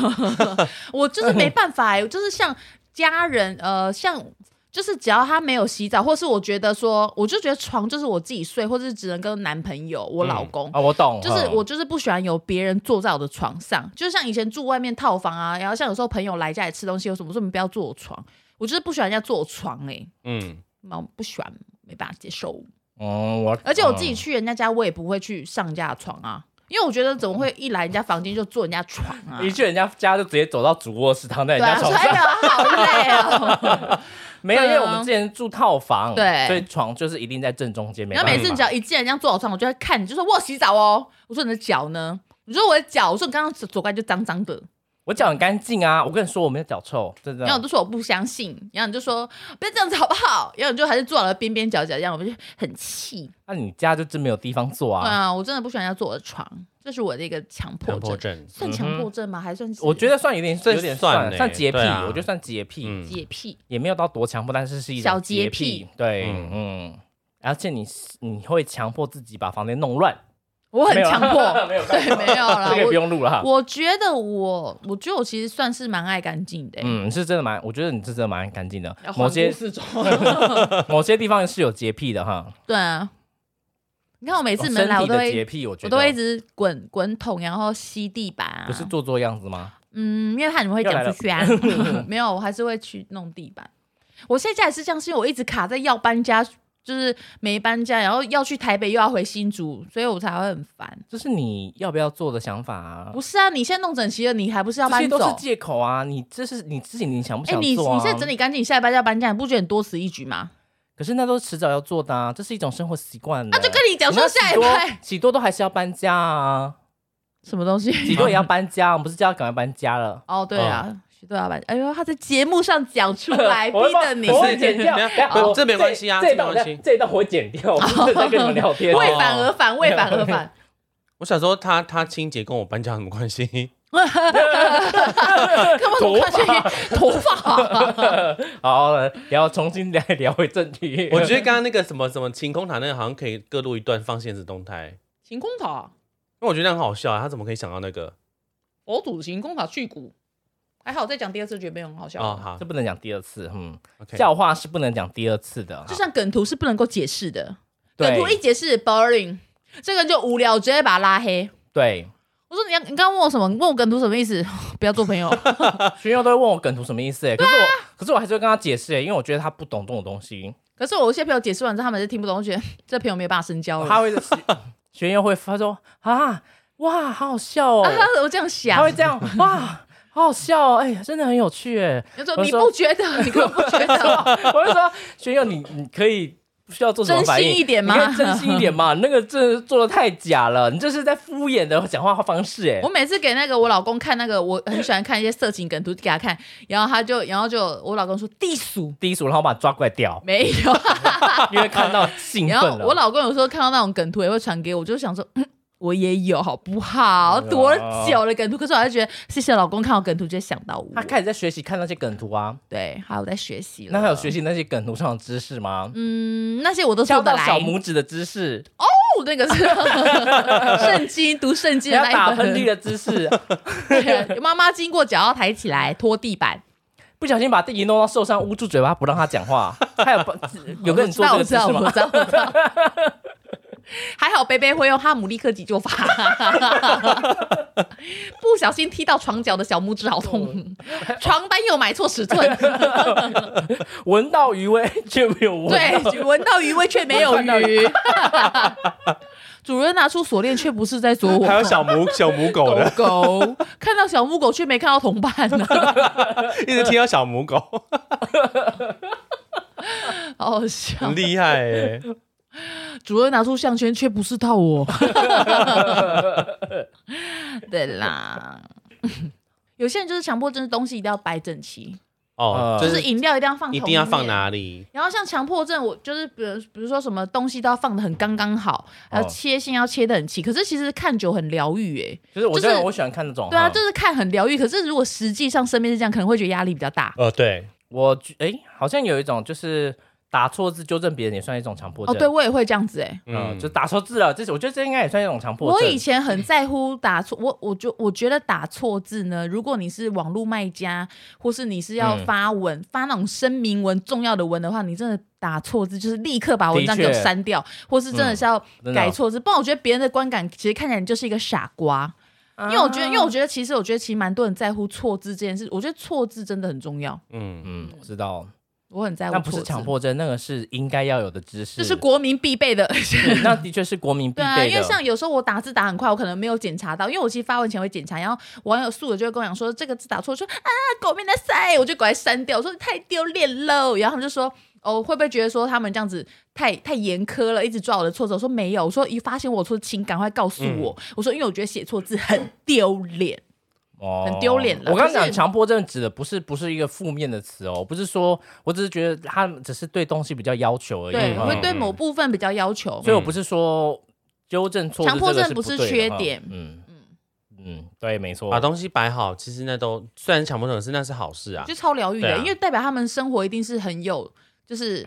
Speaker 4: 我就是没办法、欸，就是像家人，呃，像就是只要他没有洗澡，或是我觉得说，我就觉得床就是我自己睡，或是只能跟男朋友、我老公。
Speaker 3: 啊，我懂，
Speaker 4: 就是
Speaker 3: 嗯
Speaker 4: 我，就是不喜欢有别人坐在我的床上，就像以前住外面套房啊，然后像有时候朋友来家里吃东西，有什么说你不要坐我床，我就是不喜欢人家坐我床哎、欸，
Speaker 2: 嗯，
Speaker 4: 那我不喜欢，没办法接受。
Speaker 3: 嗯，我，
Speaker 4: 而且我自己去人家家，我也不会去上人家的床啊，因为我觉得怎么会一来人家房间就坐人家床啊
Speaker 3: 嗯。一去人家家就直接走到主卧室，躺在
Speaker 4: 对
Speaker 3: 人家
Speaker 4: 啊，
Speaker 3: 床
Speaker 4: 所以
Speaker 3: 上，
Speaker 4: 哎呀，好累 哦。
Speaker 3: 没有，因
Speaker 4: 对啊
Speaker 3: 为我们之前住套房，
Speaker 4: 对
Speaker 3: 所以床就是一定在正中间，没
Speaker 4: 然
Speaker 3: 办
Speaker 4: 后
Speaker 3: 法。
Speaker 4: 每次你只要一见人家坐我床，我就会看你，就说我有洗澡哦。我说你的脚呢？你说我的脚，我说你刚刚左盖就脏脏的，
Speaker 3: 我脚很干净啊，我跟你说我没有脚臭，真的
Speaker 4: 然。后你就说我不相信，然后你就说不要这样子好不好？然后你就还是坐好了边边角角这样，我就很气。
Speaker 3: 那你家就真没有地方坐
Speaker 4: 对
Speaker 3: 啊？
Speaker 4: 啊，我真的不喜欢人家坐我的床，这是我的一个强迫
Speaker 2: 强迫
Speaker 4: 症，
Speaker 2: 症。
Speaker 4: 算强迫症吗？还算是
Speaker 3: 嗯我觉得算有点
Speaker 2: 这
Speaker 3: 有点
Speaker 2: 算
Speaker 3: 算
Speaker 2: 欸
Speaker 3: 算洁癖，
Speaker 2: 对啊
Speaker 3: 我觉得算洁癖，
Speaker 2: 嗯
Speaker 4: 洁癖。
Speaker 3: 也没有到多强迫，但是是一
Speaker 4: 小
Speaker 3: 种
Speaker 4: 洁
Speaker 3: 洁
Speaker 4: 癖
Speaker 3: 癖。对，
Speaker 2: 嗯
Speaker 3: 嗯，而且你你会强迫自己把房间弄乱，
Speaker 4: 我很
Speaker 3: 没有啊
Speaker 4: 强迫，
Speaker 3: 没有
Speaker 4: 对， 没有啦
Speaker 3: 这个。不
Speaker 4: 我
Speaker 3: 用录了哈。
Speaker 4: 我觉得我，我觉得我其实算是蛮爱干净的、欸。
Speaker 3: 嗯，是真的蛮，我觉得你是真的蛮干净的
Speaker 4: 要。
Speaker 3: 某
Speaker 4: 环
Speaker 3: 些
Speaker 4: 顾四周
Speaker 3: 某些地方是有洁癖的哈，哦
Speaker 4: 对啊，你看我每
Speaker 3: 每
Speaker 4: 次门来，我都
Speaker 3: 洁
Speaker 4: 会，
Speaker 3: 癖，我觉得
Speaker 4: 我都会一直滚滚筒，然后吸地板、啊。
Speaker 3: 不是做做样子吗？
Speaker 4: 嗯，因为怕你们会讲出去啊。 没有，我还是会去弄地板。我现在也是这样，是因为我一直卡在要搬家，就是没搬家，然后要去台北又要回新竹，所以我才会很烦。
Speaker 3: 这是你要不要做的想法啊？
Speaker 4: 不是啊，你现在弄整齐了，你还不是要
Speaker 3: 这
Speaker 4: 搬
Speaker 3: 些都是
Speaker 4: 走？
Speaker 3: 借口啊！你这是你自己，你想不
Speaker 4: 哎、
Speaker 3: 想
Speaker 4: 你
Speaker 3: 做啊？
Speaker 4: 你现在整理干净，你下一班就要搬家，你不觉得你多此一举吗？
Speaker 3: 可是那都是迟早要做的啊，这是一种生活习惯了。
Speaker 4: 那、就跟你讲
Speaker 3: 我们
Speaker 4: 说下一
Speaker 3: 啊要洗多
Speaker 4: 班
Speaker 3: 洗多都还是要搬家啊，
Speaker 4: 什么东西？
Speaker 3: 洗多也要搬家，我们不是就要赶快搬家了？
Speaker 4: 哦，对啊，徐队老板，哎呦，他在节目上讲出来，逼
Speaker 3: 我
Speaker 4: 得
Speaker 3: 会帮
Speaker 4: 你
Speaker 3: 我会 剪掉
Speaker 2: 等一下
Speaker 3: 等一下
Speaker 2: 不
Speaker 3: 我
Speaker 2: 这没关系啊
Speaker 3: 这一
Speaker 2: 这没
Speaker 3: 段我
Speaker 2: 关
Speaker 3: 在
Speaker 2: 系
Speaker 3: 这一段我会剪掉，我不是在跟你们聊天。
Speaker 4: 为
Speaker 2: 哦
Speaker 4: 反而反，为反而反。
Speaker 2: 我想说他他清洁跟我搬家有什么关 系？
Speaker 4: 干嘛怎么看去 头发、
Speaker 3: 哦好，然后重新来聊回正题。
Speaker 2: 我觉得刚刚那个什么什么晴空塔那个好像可以各录一段放现实动态，
Speaker 4: 晴空塔，
Speaker 2: 因为我觉得那很好笑啊，他怎么可以想到那个？
Speaker 4: 佛祖晴空塔去骨，还好再讲第二次觉得没有很好笑。
Speaker 2: 哦，好
Speaker 3: 这不能讲第二次，嗯，
Speaker 2: ，OK，
Speaker 3: 教化是不能讲第二次的。
Speaker 4: 就像梗图是不能够解释的，梗
Speaker 3: 对
Speaker 4: 图一解释 boring，这个就无聊，直接把他拉黑。
Speaker 3: 对，
Speaker 4: 我说你要你刚刚问我什么？你问我梗图什么意思？ 不要做朋友。
Speaker 3: 学友都会问我梗图什么意思、欸，
Speaker 4: 啊
Speaker 3: 可是我、可是我还是会跟他解释、欸，因为我觉得他不懂这种东西，
Speaker 4: 可是我有些朋友解释完之后，他们还是听不懂，我觉得这朋友没有办法深交了。
Speaker 3: 他会学友会他说啊哇好好笑哦、
Speaker 4: 啊， 我这样
Speaker 3: 他
Speaker 4: 想
Speaker 3: 会，这样哇。好好笑哦！哎、呀，真的很有趣哎！
Speaker 4: 你说
Speaker 3: 我
Speaker 4: 你
Speaker 3: 说
Speaker 4: 不觉 得？你根本不觉得？
Speaker 3: 我就说，学友，你你可以不需要做什么反应，
Speaker 4: 真心一点吗
Speaker 3: 你可以真心一点嘛。那个真的做的太假了，你这是在敷衍的讲话方式哎
Speaker 4: 我。每次给那个我老公看那个，我很喜欢看一些色情梗图，给他看，然后他就，然后就我老公说低俗，
Speaker 3: 低俗，然后把他抓过来屌
Speaker 4: 没有，
Speaker 3: 因为看到兴奋
Speaker 4: 然后
Speaker 3: 了。
Speaker 4: 我老公有时候看到那种梗图也会传给我，我就想说，嗯，我也有好不
Speaker 3: 哎
Speaker 4: 好？多久了梗图？可是我还是觉得，谢谢老公看我梗图就会想到我
Speaker 3: 他，开始在学习看那些梗图啊，
Speaker 4: 对，还有在学习了。
Speaker 3: 那他有学习那些梗图上的知识吗？
Speaker 4: 嗯，那些我都做
Speaker 3: 敲
Speaker 4: 得
Speaker 3: 到
Speaker 4: 来。
Speaker 3: 小拇指的姿势，
Speaker 4: 哦那个 是圣经，读圣经的
Speaker 3: 要
Speaker 4: 那一
Speaker 3: 打
Speaker 4: 本
Speaker 3: 喷嚏的姿势，
Speaker 4: 对 妈妈经过脚要抬起来拖地板。
Speaker 3: 不小心把弟弟弄到受伤，捂住嘴巴不让他讲 话。他有帮有跟你做
Speaker 4: 那
Speaker 3: 这
Speaker 4: 我
Speaker 3: 个
Speaker 4: 知
Speaker 3: 姿
Speaker 4: 道，
Speaker 3: 势
Speaker 4: 我
Speaker 3: 吗？
Speaker 4: 知道，我知道。 还好贝贝会用哈姆立克急救法， 不小心踢到床角的小拇指好痛，床单又买错尺寸，
Speaker 3: 闻到余味却没有闻到。
Speaker 4: 对，闻到鱼味却没有鱼。 主人拿出锁链，却不是在啄我，
Speaker 2: 还有小母小母狗
Speaker 4: 狗
Speaker 2: 的，
Speaker 4: 狗看到小母狗，却没看到同伴呢，
Speaker 2: 一直听到小母狗，
Speaker 4: 好好笑
Speaker 2: 很。厉害哎。
Speaker 4: 主任拿出项圈，却不是套我。对啦，有些人就是强迫症，东西一定要摆整齐，
Speaker 2: 哦，
Speaker 3: 呃
Speaker 2: 就
Speaker 4: 就是是饮料一定要放，
Speaker 2: 一定要放。哪里？
Speaker 4: 然后像强迫症，我就是比如比如说什么东西都要放的很刚刚好，
Speaker 2: 哦
Speaker 4: 还有切线要切的很齐。可是其实看久很疗愈诶，
Speaker 3: 就是我
Speaker 4: 就是
Speaker 3: 觉得我喜欢看那
Speaker 2: 哦
Speaker 3: 种。
Speaker 4: 对啊，
Speaker 3: 嗯
Speaker 4: 就是看很疗愈。可是如果实际上身边是这样，可能会觉得压力比较大。
Speaker 2: 呃，对，
Speaker 3: 我觉哎、好像有一种就是打错字纠正别人也算一种强迫
Speaker 4: 哦，
Speaker 3: 症。
Speaker 4: 对，我也会这样子诶。
Speaker 3: 嗯，
Speaker 2: 嗯，
Speaker 3: 就
Speaker 2: 就
Speaker 3: 打错字了，这是我觉得这应该也算一种强迫
Speaker 4: 我
Speaker 3: 症。
Speaker 4: 以前很在乎打错，我我就我觉得打错字呢，如果你是网络卖家，或是你是要
Speaker 3: 嗯
Speaker 4: 发文、发那种声明文、重要的文的话，你真的打错字就是立刻把文章
Speaker 3: 的
Speaker 4: 给
Speaker 3: 确
Speaker 4: 我删掉，或是真的是要
Speaker 3: 真的哦
Speaker 4: 改错字，不然我觉得别人的观感其实看起来你就是一个傻瓜。因为我觉得，因为
Speaker 3: 啊
Speaker 4: 我觉得，其实我觉得，其实蛮多人在乎错字这件事。我觉得错字真的很重要，
Speaker 2: 嗯，
Speaker 3: 嗯，我知道，
Speaker 4: 哎我很在乎
Speaker 3: 那
Speaker 4: 错
Speaker 3: 不
Speaker 4: 字。
Speaker 3: 是强，迫症，那个是应该要有的知识。
Speaker 4: 这是国民必备的。
Speaker 3: 嗯 那的确是国民必
Speaker 4: 对啊，
Speaker 3: 备
Speaker 4: 因为
Speaker 3: 的。
Speaker 4: 像有时候我打字打很快，我可能没有检查到，因为我其实发文前会检查，然后网友素友就会跟我讲说这个字打错，我说啊狗命在塞，我就赶快删掉，我说太丢脸喽。然后他们就说哦会不会觉得说他们这样子太太严苛了，一直抓我的错字？我说没有，我说一发现我错，请赶快告诉我。
Speaker 3: 嗯
Speaker 4: 我说因为我觉得写错字很丢脸，
Speaker 3: 哦
Speaker 4: 很丢脸了
Speaker 3: 我刚刚
Speaker 4: 可
Speaker 3: 讲
Speaker 4: 是
Speaker 3: 强迫症指的不是不是一个负面的词哦，不是说我只是觉得他只是对东西比较要求而已。
Speaker 4: 对，
Speaker 3: 嗯
Speaker 4: 会对某部分比较要求。
Speaker 3: 所以我不是说纠正错误，
Speaker 4: 强迫症
Speaker 3: 这个
Speaker 4: 不
Speaker 3: 不
Speaker 4: 是
Speaker 3: 对的
Speaker 4: 缺
Speaker 3: 哈
Speaker 4: 点
Speaker 3: 嗯嗯嗯，对，没错。
Speaker 2: 把东西摆好，其实那都虽然强迫症，可是那是好事啊
Speaker 4: 就。超疗愈的，
Speaker 2: 对啊
Speaker 4: 因为代表他们生活一定是很有就是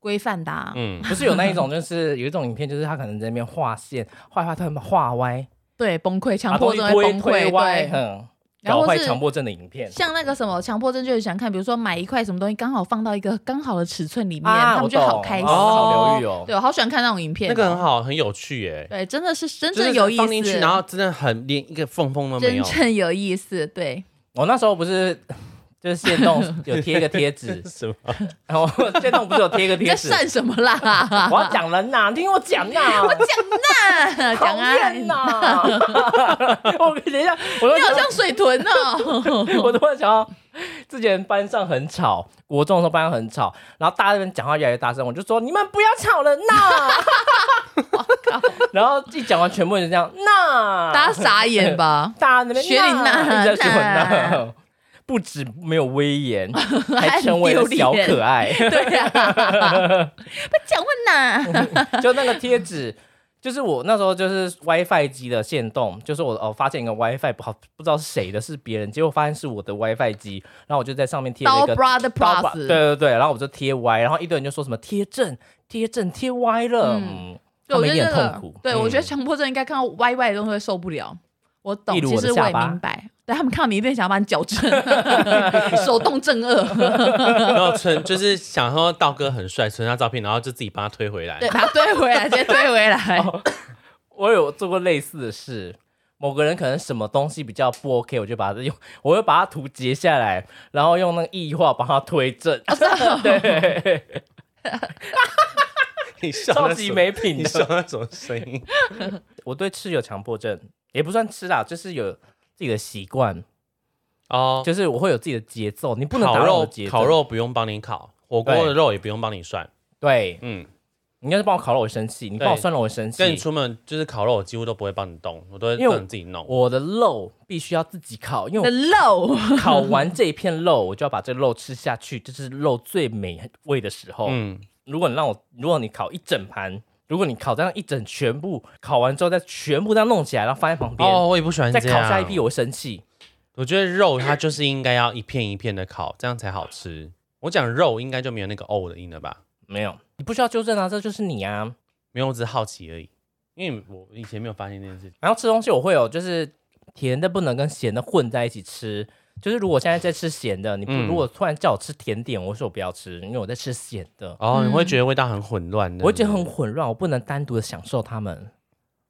Speaker 4: 规范的、啊。
Speaker 2: 嗯，
Speaker 3: 不是有那一种，就是有一种影片，就是他可能在那边画线，画一画，突然画歪，
Speaker 4: 对，崩溃，强
Speaker 3: 把
Speaker 4: 迫
Speaker 3: 东西
Speaker 4: 症会
Speaker 3: 推
Speaker 4: 崩
Speaker 3: 推
Speaker 4: 溃，
Speaker 3: 歪，
Speaker 4: 对。
Speaker 3: 哼，
Speaker 4: 然后
Speaker 3: 搞坏
Speaker 4: 是
Speaker 3: 强迫症的影片
Speaker 4: 像那个什么强迫症就很喜欢看，比如说买一块什么东西，刚好放到一个刚好的尺寸里面，
Speaker 3: 啊，
Speaker 4: 他
Speaker 3: 我
Speaker 4: 们就好
Speaker 3: 懂，
Speaker 4: 开心。
Speaker 3: 哦好疗愈哦。
Speaker 4: 对，我好喜欢看那种影片，
Speaker 2: 那个很。好，很有趣哎，
Speaker 4: 对，真的是真
Speaker 2: 就
Speaker 4: 正
Speaker 2: 是
Speaker 4: 有意
Speaker 2: 放进
Speaker 4: 思
Speaker 2: 去，，然后真的很连一个缝缝都没
Speaker 4: 真
Speaker 2: 有。
Speaker 4: 正有意思。对，
Speaker 3: 我那时候不是。就是线动有贴一个 贴 纸，
Speaker 2: 什么？
Speaker 3: 然后线动不是有贴一个
Speaker 4: 你在
Speaker 3: 贴纸？
Speaker 4: 扇什么啦？
Speaker 3: 我要讲人呐，你听我讲呐，我
Speaker 4: 讲啊，你
Speaker 3: 呐！我等一下，我都
Speaker 4: 好像水豚 哦。
Speaker 3: 我突然想到，之前班上很吵，国中的时候班上很吵，然后大家那边讲话越来越大声，我就说你们不要吵了呐。然后一讲完，全部人就这样呐，？
Speaker 4: 大家傻眼吧
Speaker 3: 大家那边
Speaker 4: 学你呐
Speaker 3: 呐，一直在学我呐
Speaker 4: 呐，
Speaker 3: 不止没有威严，还成为了小可爱。
Speaker 4: 对 呀、不讲问呐，
Speaker 3: 就那个贴纸，就是我那时候就是 WiFi 机的线动，就是我哦发现一个 WiFi 不好，不知道是谁的，是别人，结果发现是我的 WiFi 机，然后我就在上面贴了一
Speaker 4: 刀
Speaker 3: 个
Speaker 4: brother
Speaker 3: 刀把
Speaker 4: plus，
Speaker 3: 对对对，然后我就贴歪，然后一堆人就说什么贴正、贴正、贴歪了，
Speaker 4: 嗯
Speaker 3: 嗯，
Speaker 4: 对，
Speaker 3: 他
Speaker 4: 我
Speaker 3: 们
Speaker 4: 觉
Speaker 3: 一定
Speaker 4: 得
Speaker 3: 很
Speaker 4: 这
Speaker 3: 痛
Speaker 4: 个
Speaker 3: 苦，，
Speaker 4: 对、
Speaker 3: 嗯
Speaker 4: 我觉得强迫症应该看到歪歪的东西会受不了。我懂，
Speaker 3: 例如
Speaker 4: 其
Speaker 3: 我的
Speaker 4: 实我
Speaker 3: 下
Speaker 4: 也
Speaker 3: 巴
Speaker 4: 明白，但他们看到你一定想要把你矫正， 手动正颚，
Speaker 2: 然后存就是想说道哥很帅，存他照片，然后就自己帮他推回来
Speaker 4: 对，。把它推回来，直接推回 来。
Speaker 3: 我有做过类似的事。某个人可能什么东西比较不 OK，我就把它用， 我会把它图截下来，然后用那个异化帮它推正，
Speaker 4: 哦
Speaker 3: 对，
Speaker 2: 你笑
Speaker 3: 超
Speaker 2: 那
Speaker 3: 级
Speaker 2: 什么
Speaker 3: 没品
Speaker 2: 你
Speaker 3: 的。
Speaker 2: 笑那种声音，
Speaker 3: 我对吃有强迫症，也不算吃啦，就是有自己的习惯，
Speaker 2: 哦，
Speaker 3: 就是我会有自己的节奏，你不能打
Speaker 2: 烤
Speaker 3: 扰我
Speaker 2: 肉
Speaker 3: 的节奏。
Speaker 2: 烤，肉不用帮你烤，火锅的肉也不用帮你涮。
Speaker 3: 对，
Speaker 2: 嗯，
Speaker 3: 你要是帮我烤肉，我生气；你帮我
Speaker 2: 对
Speaker 3: 涮肉，我生
Speaker 2: 跟你
Speaker 3: 气。
Speaker 2: 出门就是烤肉，我几乎都不会帮你动，我都会
Speaker 3: 因为我
Speaker 2: 让你自己弄。
Speaker 3: 我的肉必须要自己烤，因为
Speaker 4: 的肉，
Speaker 3: 我烤完这一片肉，我就要把这个肉吃下去，这是肉最美味的时候。
Speaker 2: 嗯，
Speaker 3: 如果你让我，如果你烤一整盘，如果你烤这样一整全部烤完之后，再全部这样弄起来，然后放在旁边，
Speaker 2: 哦，我也不喜欢
Speaker 3: 再
Speaker 2: 这样。
Speaker 3: 烤下一批，我会生气。
Speaker 2: 我觉得肉它就是应该要一片一片的烤，这样才好吃。我讲肉应该就没有那个哦的音了吧？
Speaker 3: 没有，你不需要纠正啊，这就是你啊。
Speaker 2: 没有，我只是好奇而已，因为我以前没有发现这件事情。
Speaker 3: 然后吃东西我会有就是甜的不能跟咸的混在一起吃，就是如果现在在吃咸的，你不、
Speaker 2: 嗯
Speaker 3: 如果突然叫我吃甜点，我会说我不要吃，因为我在吃咸的，
Speaker 2: 哦，你会觉得味道很混乱的，
Speaker 3: 我会觉得很混乱，我不能单独的享受 它们。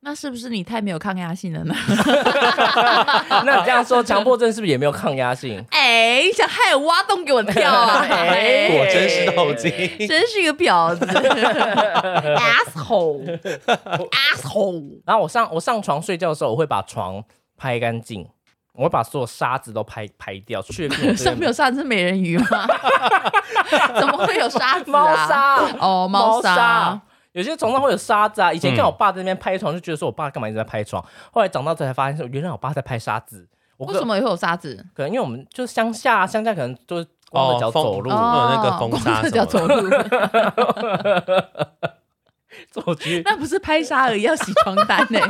Speaker 4: 那是不是你太没有抗压性 了呢？
Speaker 3: 那你这样说，强迫症是不是也没有抗压性？
Speaker 4: 哎、想害我挖洞给我跳啊！ 哎、
Speaker 2: 果真是豆精。
Speaker 4: 真是个婊子 ，asshole，asshole。
Speaker 3: 然后我上我上床睡觉的时候，我会把床拍干净，我会把所有沙子都拍拍掉，确定我这
Speaker 4: 上
Speaker 3: 个
Speaker 4: 面有沙子是美人鱼吗？ 怎么会有沙子、啊？
Speaker 3: 猫砂。
Speaker 4: 哦，猫砂。。嗯
Speaker 3: 有些床上会有沙子啊，以前看我爸在那边拍床，就觉得说我爸干嘛一直在拍床。后来长大之后才发现说，原来我爸在拍沙子。我
Speaker 4: 为
Speaker 3: 哥
Speaker 4: 什么也会有沙子？
Speaker 3: 可能因为我们就是乡下，乡下可能就是光着脚走路，
Speaker 2: 哦风有那个风沙
Speaker 4: 哦光着脚
Speaker 2: 什
Speaker 4: 走路，
Speaker 3: 走去
Speaker 4: 那不是拍沙而已，要洗床单呢、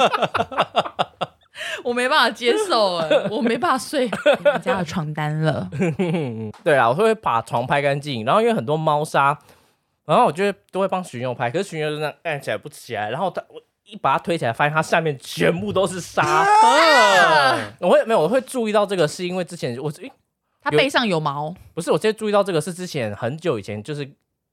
Speaker 4: 我没办法接受哎、我没办法睡你们家的床单了。
Speaker 3: 对啊，我会把床拍干净，然后因为很多猫砂，然后我就会都会帮巡游拍，可是巡游就那样按起来不起来，然后他我一把它推起来，发现它下面全部都是沙。
Speaker 4: 啊
Speaker 3: 我会没有，我会注意到这个，是因为之前我诶
Speaker 4: 它背上有毛，
Speaker 3: 不是我直接注意到这个是之前很久以前就是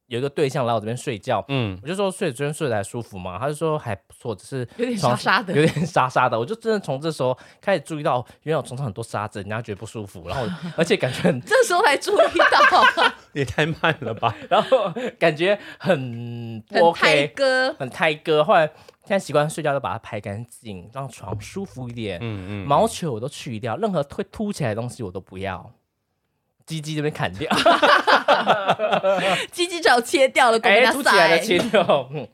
Speaker 3: 有一个对象来我这边睡觉，
Speaker 2: 嗯，
Speaker 3: 我就说睡昨天睡得还舒服吗？他就说还不错，只是
Speaker 4: 有点
Speaker 3: 床
Speaker 4: 沙沙的
Speaker 3: 有点沙沙的。我就真的从这时候开始注意到，哦原来我床上很多沙子，人家觉得不舒服，然后 我而且感觉很，
Speaker 4: 这时候才注意到， 啊
Speaker 2: 也太慢了吧？
Speaker 3: 然后感觉很不
Speaker 4: 很泰
Speaker 3: OK，
Speaker 4: 哥。
Speaker 3: 很胎哥。后来现在习惯睡觉都把它拍干净，让床舒服一点。
Speaker 2: 嗯嗯，
Speaker 3: 毛球我都去掉，任何会凸起来的东西我都不要。鸡鸡这边砍掉，
Speaker 4: 鸡鸡爪切掉了，
Speaker 3: 哎、
Speaker 4: 给
Speaker 3: 凸
Speaker 4: 它
Speaker 3: 起来的
Speaker 4: 塞，
Speaker 3: 切掉。嗯，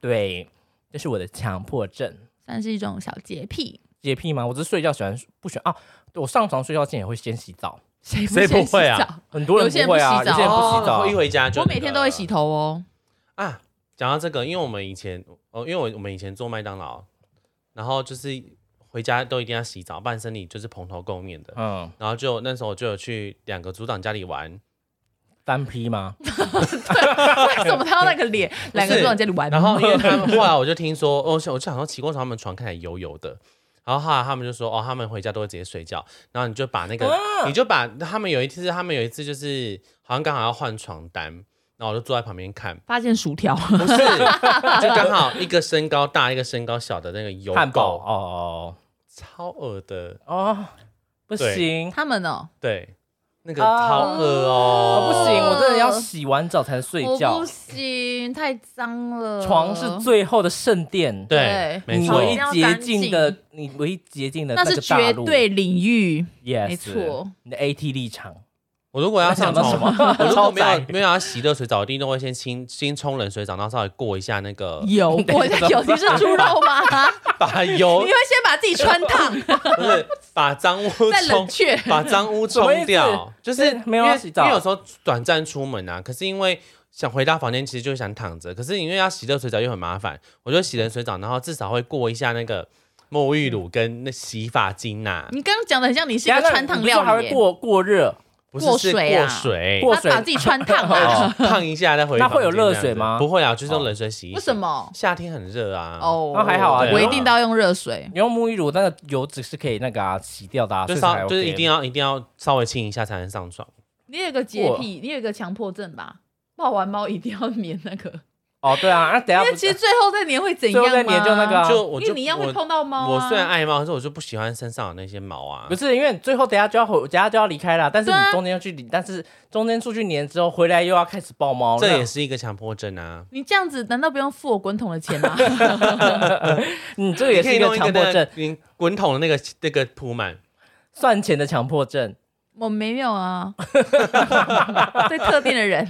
Speaker 3: 对，这是我的强迫症。
Speaker 4: 算是一种小洁癖。
Speaker 3: 洁癖吗？我只是睡觉喜欢不喜欢啊。对我上床睡觉前也会先洗澡，
Speaker 4: 谁
Speaker 2: 谁不
Speaker 4: 先洗
Speaker 2: 会啊
Speaker 4: 澡？
Speaker 3: 很多人
Speaker 4: 有些人
Speaker 3: 不会啊，
Speaker 4: 不洗澡
Speaker 3: 有些人不洗澡
Speaker 2: 哦
Speaker 3: 啊。
Speaker 2: 一回家就
Speaker 4: 我每天都会洗头哦。
Speaker 2: 啊。讲到这个，因为我们以前，哦，因为我我们以前做麦当劳，然后就是回家都一定要洗澡，不然身体就是蓬头垢面的。
Speaker 3: 嗯，
Speaker 2: 然后就那时候我就有去两个组长家里
Speaker 4: 嗯
Speaker 2: 玩，
Speaker 3: 单批吗？
Speaker 4: 为什么他要那个脸？两个人往这里玩吗，
Speaker 2: 然后因为他们后来我就听说， 哦，我就想说奇怪，他们床看起来油油的。然后后来他们就说，哦，他们回家都会直接睡觉。然后你就把那个，你就把他们有一次，他们有一次就是好像刚好要换床单，然后我就坐在旁边看，
Speaker 4: 发现薯条，
Speaker 2: 不 是，就刚好一个身高大，一个身高小的那个油
Speaker 3: 汉堡
Speaker 2: 狗，
Speaker 3: 哦
Speaker 2: 超恶的。
Speaker 3: 哦哦，不行，
Speaker 4: 他们哦，
Speaker 2: 对，那个好恶哦
Speaker 3: 哦，不行，我真的要洗完澡才睡
Speaker 4: 我
Speaker 3: 觉
Speaker 4: 不。行，太脏了。
Speaker 3: 床是最后的圣殿，
Speaker 2: 对
Speaker 4: 对，
Speaker 2: 没
Speaker 3: 你
Speaker 2: 错
Speaker 3: 唯
Speaker 4: 一定要
Speaker 3: 一洁
Speaker 4: 干
Speaker 3: 净
Speaker 4: 净
Speaker 3: 的，你唯一洁净的
Speaker 1: 那是
Speaker 3: 个大
Speaker 1: 绝
Speaker 3: 陆
Speaker 1: 对领域。
Speaker 3: ，yes，
Speaker 4: 没错，
Speaker 3: 你的 AT 立场。
Speaker 2: 我如果要上
Speaker 3: 我
Speaker 2: 床，
Speaker 3: 想到什么
Speaker 2: 我如果没
Speaker 3: 超
Speaker 2: 有
Speaker 3: 载
Speaker 2: 没有要洗热水澡，一定都会先清先冲冷水澡，然后稍微过一下那个，
Speaker 1: 有
Speaker 4: 我在有你是猪肉吗？
Speaker 2: 把
Speaker 4: 你
Speaker 2: 油
Speaker 4: 会先把自己穿烫，
Speaker 2: 不是把脏污
Speaker 4: 再
Speaker 2: 冲
Speaker 4: 冷却。
Speaker 2: 把脏污冲掉，就是
Speaker 3: 是没有
Speaker 2: 因
Speaker 3: 要
Speaker 2: 为
Speaker 3: 洗澡
Speaker 2: 因为有时候短暂出门啊，可是因为想回到房间，其实就想躺着，可是因为要洗热水澡又很麻烦，我就洗冷水澡，然后至少会过一下那个沐浴乳跟那洗发精啊呐、
Speaker 4: 嗯
Speaker 1: 你刚刚讲的很像你是一
Speaker 3: 等
Speaker 1: 个
Speaker 3: 一下
Speaker 1: 穿烫
Speaker 3: 你不是说还
Speaker 1: 料理
Speaker 3: 会
Speaker 1: 耶，
Speaker 3: 过过热，
Speaker 2: 不是
Speaker 1: 过
Speaker 2: 是
Speaker 1: 水啊
Speaker 2: 过水，
Speaker 3: 过
Speaker 1: 他把
Speaker 3: 水
Speaker 1: 自己穿烫
Speaker 3: 哦
Speaker 1: 了。
Speaker 2: 烫一下再回
Speaker 3: 那
Speaker 2: 房间
Speaker 3: 会有热
Speaker 2: 这样
Speaker 3: 水
Speaker 2: 子
Speaker 3: 吗哦
Speaker 2: 不会啊，就是用冷水洗一洗。
Speaker 4: 为什？ 么？
Speaker 2: 夏天很热啊。哦，
Speaker 4: 哦，
Speaker 3: 那还好啊
Speaker 2: 对啊
Speaker 4: 我一定都要用热水。
Speaker 3: 你用沐浴乳，那个油脂是可以那个啊洗掉的啊，
Speaker 2: 就
Speaker 3: 所以才
Speaker 2: 稍
Speaker 3: OK
Speaker 2: 就是一定要一定要稍微清一下才能上床。
Speaker 4: 你有一个洁癖，你有一个强迫症吧？抱完猫一定要粘那 个，
Speaker 3: 哦，对啊，那等一下
Speaker 4: 因为
Speaker 3: 不
Speaker 4: 其实最后再粘会怎
Speaker 3: 最
Speaker 4: 样
Speaker 3: 后
Speaker 4: 吗？
Speaker 3: 再粘就那个啊，
Speaker 2: 就我
Speaker 4: 因
Speaker 2: 就
Speaker 4: 为你一样会
Speaker 2: 我
Speaker 4: 碰到猫啊。
Speaker 2: 我虽然爱猫，可是我就不喜欢身上有那些毛啊
Speaker 3: 不。是因为你最后等一下就要回，等一下就要离开啦，但是
Speaker 4: 对啊
Speaker 3: 你中间要去理，但是中间出去粘之后回来又要开始爆猫，
Speaker 2: 这
Speaker 3: 那
Speaker 2: 也是一个强迫症啊。
Speaker 4: 你这样子，难道不用付我滚筒的钱吗？
Speaker 3: 你这个也
Speaker 2: 你可
Speaker 3: 是
Speaker 2: 以
Speaker 3: 一
Speaker 2: 弄
Speaker 3: 个
Speaker 2: 一
Speaker 3: 强
Speaker 2: 个
Speaker 3: 迫症，
Speaker 2: 那个你滚筒的那个那个铺满，
Speaker 3: 算钱的强 迫症。
Speaker 4: 我没有啊，对特定的人。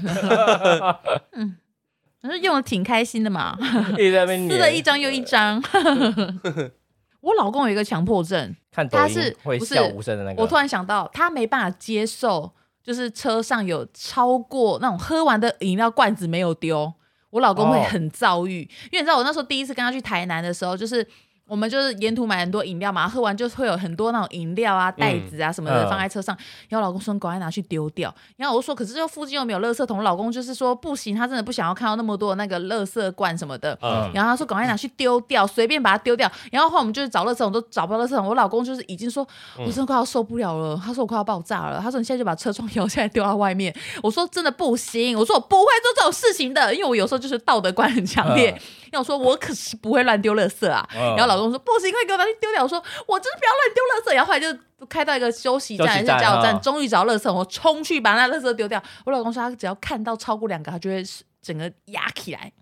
Speaker 4: 嗯，我说用的挺开心的嘛，
Speaker 3: 一直在那边
Speaker 4: 撕
Speaker 3: 粘
Speaker 4: 了一张又一张。我老公有一个强迫症，
Speaker 3: 看抖
Speaker 4: 他
Speaker 3: 音
Speaker 4: 是
Speaker 3: 会
Speaker 4: 不是
Speaker 3: 笑无声的那个。
Speaker 4: 我突然想到，他没办法接受，就是车上有超过那种喝完的饮料罐子没有丢，我老公会
Speaker 3: 哦
Speaker 4: 很躁郁。因为你知道，我那时候第一次跟他去台南的时候，就是我们就是沿途买很多饮料嘛，喝完就会有很多那种饮料啊、袋子啊什么
Speaker 3: 嗯
Speaker 4: 的放在车上。然后我老公说：“你赶快拿去丢掉。”然后我就说：“可是这附近又没有垃圾桶。”我老公就是说：“不行，他真的不想要看到那么多的那个垃圾罐什么的。”
Speaker 2: 嗯，
Speaker 4: 然后他说赶快拿去丢掉，随便把它丢掉。然后后来我们就是找垃圾桶都找不到垃圾桶，我老公就是已经说，
Speaker 3: 嗯
Speaker 4: 我真的快要受不了了，他说我快要爆炸了，他说你现在就把车窗摇下来丢到外面。我说真的不行，我说我不会做这种事情的，因为我有时候就是道德观很强烈。
Speaker 3: 嗯
Speaker 4: 然后我说我可是不会乱丢垃圾啊。
Speaker 3: 嗯
Speaker 4: 然后老公说不行，快给我拿去丢掉。我说我就是不要乱丢垃圾。然后后来就开到一个休息站
Speaker 3: 休
Speaker 4: 还
Speaker 3: 息
Speaker 4: 是
Speaker 3: 站
Speaker 4: 加油站
Speaker 3: 嗯，
Speaker 4: 终于找到垃圾桶，我冲去把那垃圾丢掉。我老公说他只要看到超过两个，他就会整个压起来。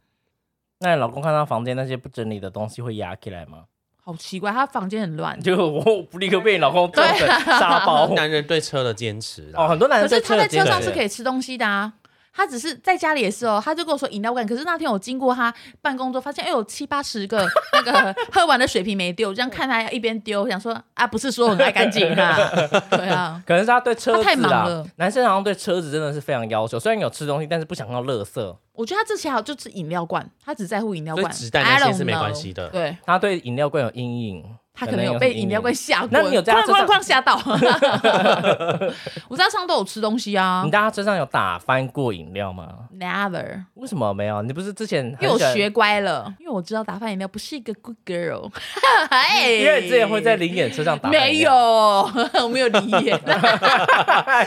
Speaker 3: 那你老公看到房间那些不整理的东西会压起来吗？
Speaker 4: 好奇怪，他房间很乱，
Speaker 3: 就我不立刻被你老公揍成 沙包。
Speaker 2: 男人对车的坚持
Speaker 3: 哦，
Speaker 2: 啊，
Speaker 3: 很多男
Speaker 4: 啊可
Speaker 3: 人
Speaker 4: 是他在车上
Speaker 3: 对
Speaker 4: 是可以吃东西的啊。他只是在家里也是哦，他就跟我说饮料罐。可是那天我经过他办公桌，发现哎有七八十个那个 喝完的水瓶没丢，这样看他一边丢，想说啊不是说我很爱干净哈，对啊，
Speaker 3: 可能是他对车子
Speaker 4: 他太忙
Speaker 3: 啦
Speaker 4: 了
Speaker 3: 男生好像对车子真的是非常要求，虽然有吃东西，但是不想看到垃圾。
Speaker 4: 我觉得他之前好就是饮料罐，他只在乎饮料
Speaker 2: 所以
Speaker 4: 罐，
Speaker 2: 纸袋那
Speaker 4: I
Speaker 2: 些是
Speaker 4: don't
Speaker 2: 没关
Speaker 4: know
Speaker 2: 系的
Speaker 4: 对
Speaker 3: 他对饮料罐有阴影，
Speaker 4: 他可能有被饮料罐吓过，
Speaker 3: 那你有在他
Speaker 4: 哐
Speaker 3: 车上
Speaker 4: 哐哐吓到？ 我在车上都有吃东西啊
Speaker 3: 你在他车上有打翻过饮料吗？
Speaker 4: ，never。
Speaker 3: 为什么没有？啊你不是之前很
Speaker 4: 因为我
Speaker 3: 喜欢
Speaker 4: 学乖了，因为我知道打翻饮料不是一个 good girl， 哎
Speaker 3: 因为你之前会在林演车上打翻
Speaker 4: 没
Speaker 3: 饮
Speaker 4: 有，
Speaker 3: 料，
Speaker 4: 我没有灵眼，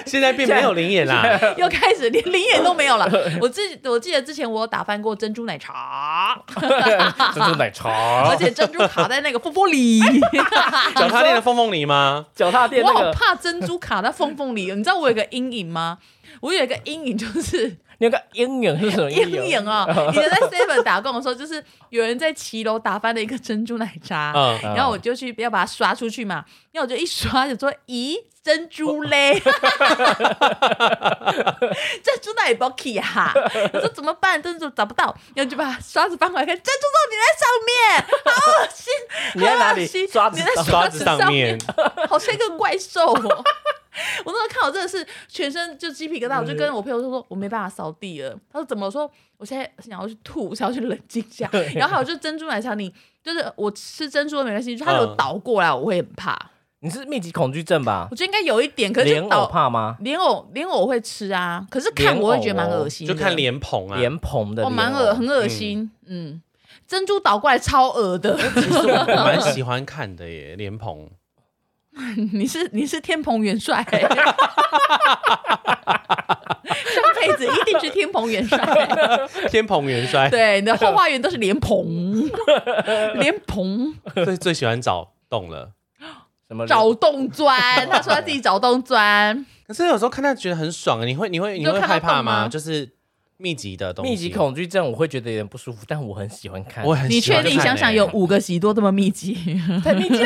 Speaker 2: 现在并没有灵眼啦。
Speaker 4: 又开始连灵眼都没有了。我记我记得之前我有打翻过珍珠奶茶，
Speaker 3: 珍珠奶
Speaker 4: 而
Speaker 3: 茶、
Speaker 4: 且珍珠卡在那个风风 里，
Speaker 2: 脚踏垫的凤凤梨吗？
Speaker 3: 脚踏垫
Speaker 4: 我
Speaker 3: 那
Speaker 4: 好
Speaker 3: 个，
Speaker 4: 怕珍珠卡在缝缝里。你知道我有个阴影吗？我有一个阴影就是
Speaker 3: 那个阴影哦是什么
Speaker 4: 阴影啊！以前在 Seven 打工的时候，就是有人在骑楼打翻了一个珍珠奶茶，
Speaker 2: 嗯，
Speaker 3: 嗯
Speaker 4: 然后我就去要把它刷出去嘛，然后我就一刷就说，咦，珍珠嘞， 珍珠那也 b o k 哈，啊我说怎么办，珍珠找不到，然后就把刷子翻过来看，珍珠都粘在上面，好恶心，
Speaker 3: 啊你在哪里
Speaker 4: 很恶心
Speaker 3: 刷子
Speaker 4: 啊你在
Speaker 2: 刷
Speaker 4: 刷
Speaker 2: 子
Speaker 4: 子
Speaker 2: 上
Speaker 4: 上
Speaker 2: 面
Speaker 4: 面，好像一个怪兽哦。 我那时候看我真的是全身就鸡皮疙瘩，我就跟我朋友说说，我没办法扫地了。他说怎么？我说我现在想要去吐，我想要去冷静一下。然后还有就是珍珠奶茶，你就是我吃珍珠的没关系，就它如果
Speaker 2: 嗯
Speaker 4: 倒过来，我会很怕。
Speaker 3: 你是密集恐惧症吧
Speaker 4: 我？觉得应该有一点，可是
Speaker 3: 莲
Speaker 4: 就
Speaker 3: 藕
Speaker 4: 倒
Speaker 3: 怕吗？
Speaker 4: 莲藕莲藕会吃啊，可是看我会觉得蛮恶心的，
Speaker 2: 就看脸捧啊。
Speaker 3: 莲蓬的
Speaker 4: 哦，蛮
Speaker 3: 莲藕
Speaker 4: 恶很恶心，嗯。珍珠倒过来超恶的，
Speaker 2: 其实我蛮喜欢看的耶，莲蓬。
Speaker 4: 你是你是天蓬元帅、欸，上辈子一定是天蓬元帅、
Speaker 2: 天蓬元帅
Speaker 4: 对，你的后花园都是莲蓬，莲蓬，
Speaker 2: 最最喜欢找洞了，
Speaker 3: 什么
Speaker 4: 找洞钻，他说他自己找洞钻，
Speaker 2: 可是有时候看到觉得很爽啊，你会你会你
Speaker 4: 就
Speaker 2: 会
Speaker 4: 看到
Speaker 2: 害怕
Speaker 4: 动
Speaker 2: 吗？
Speaker 4: 吗
Speaker 2: 就是密集的东西，
Speaker 3: 密集，恐惧症，我会觉得有点不舒服，但我很喜欢看。
Speaker 2: 我很
Speaker 1: 你
Speaker 2: 喜
Speaker 1: 确
Speaker 2: 欢
Speaker 1: 定
Speaker 2: 看
Speaker 1: 想
Speaker 2: 欸
Speaker 1: 想有五个喜多这么密集？
Speaker 3: 太密 集了，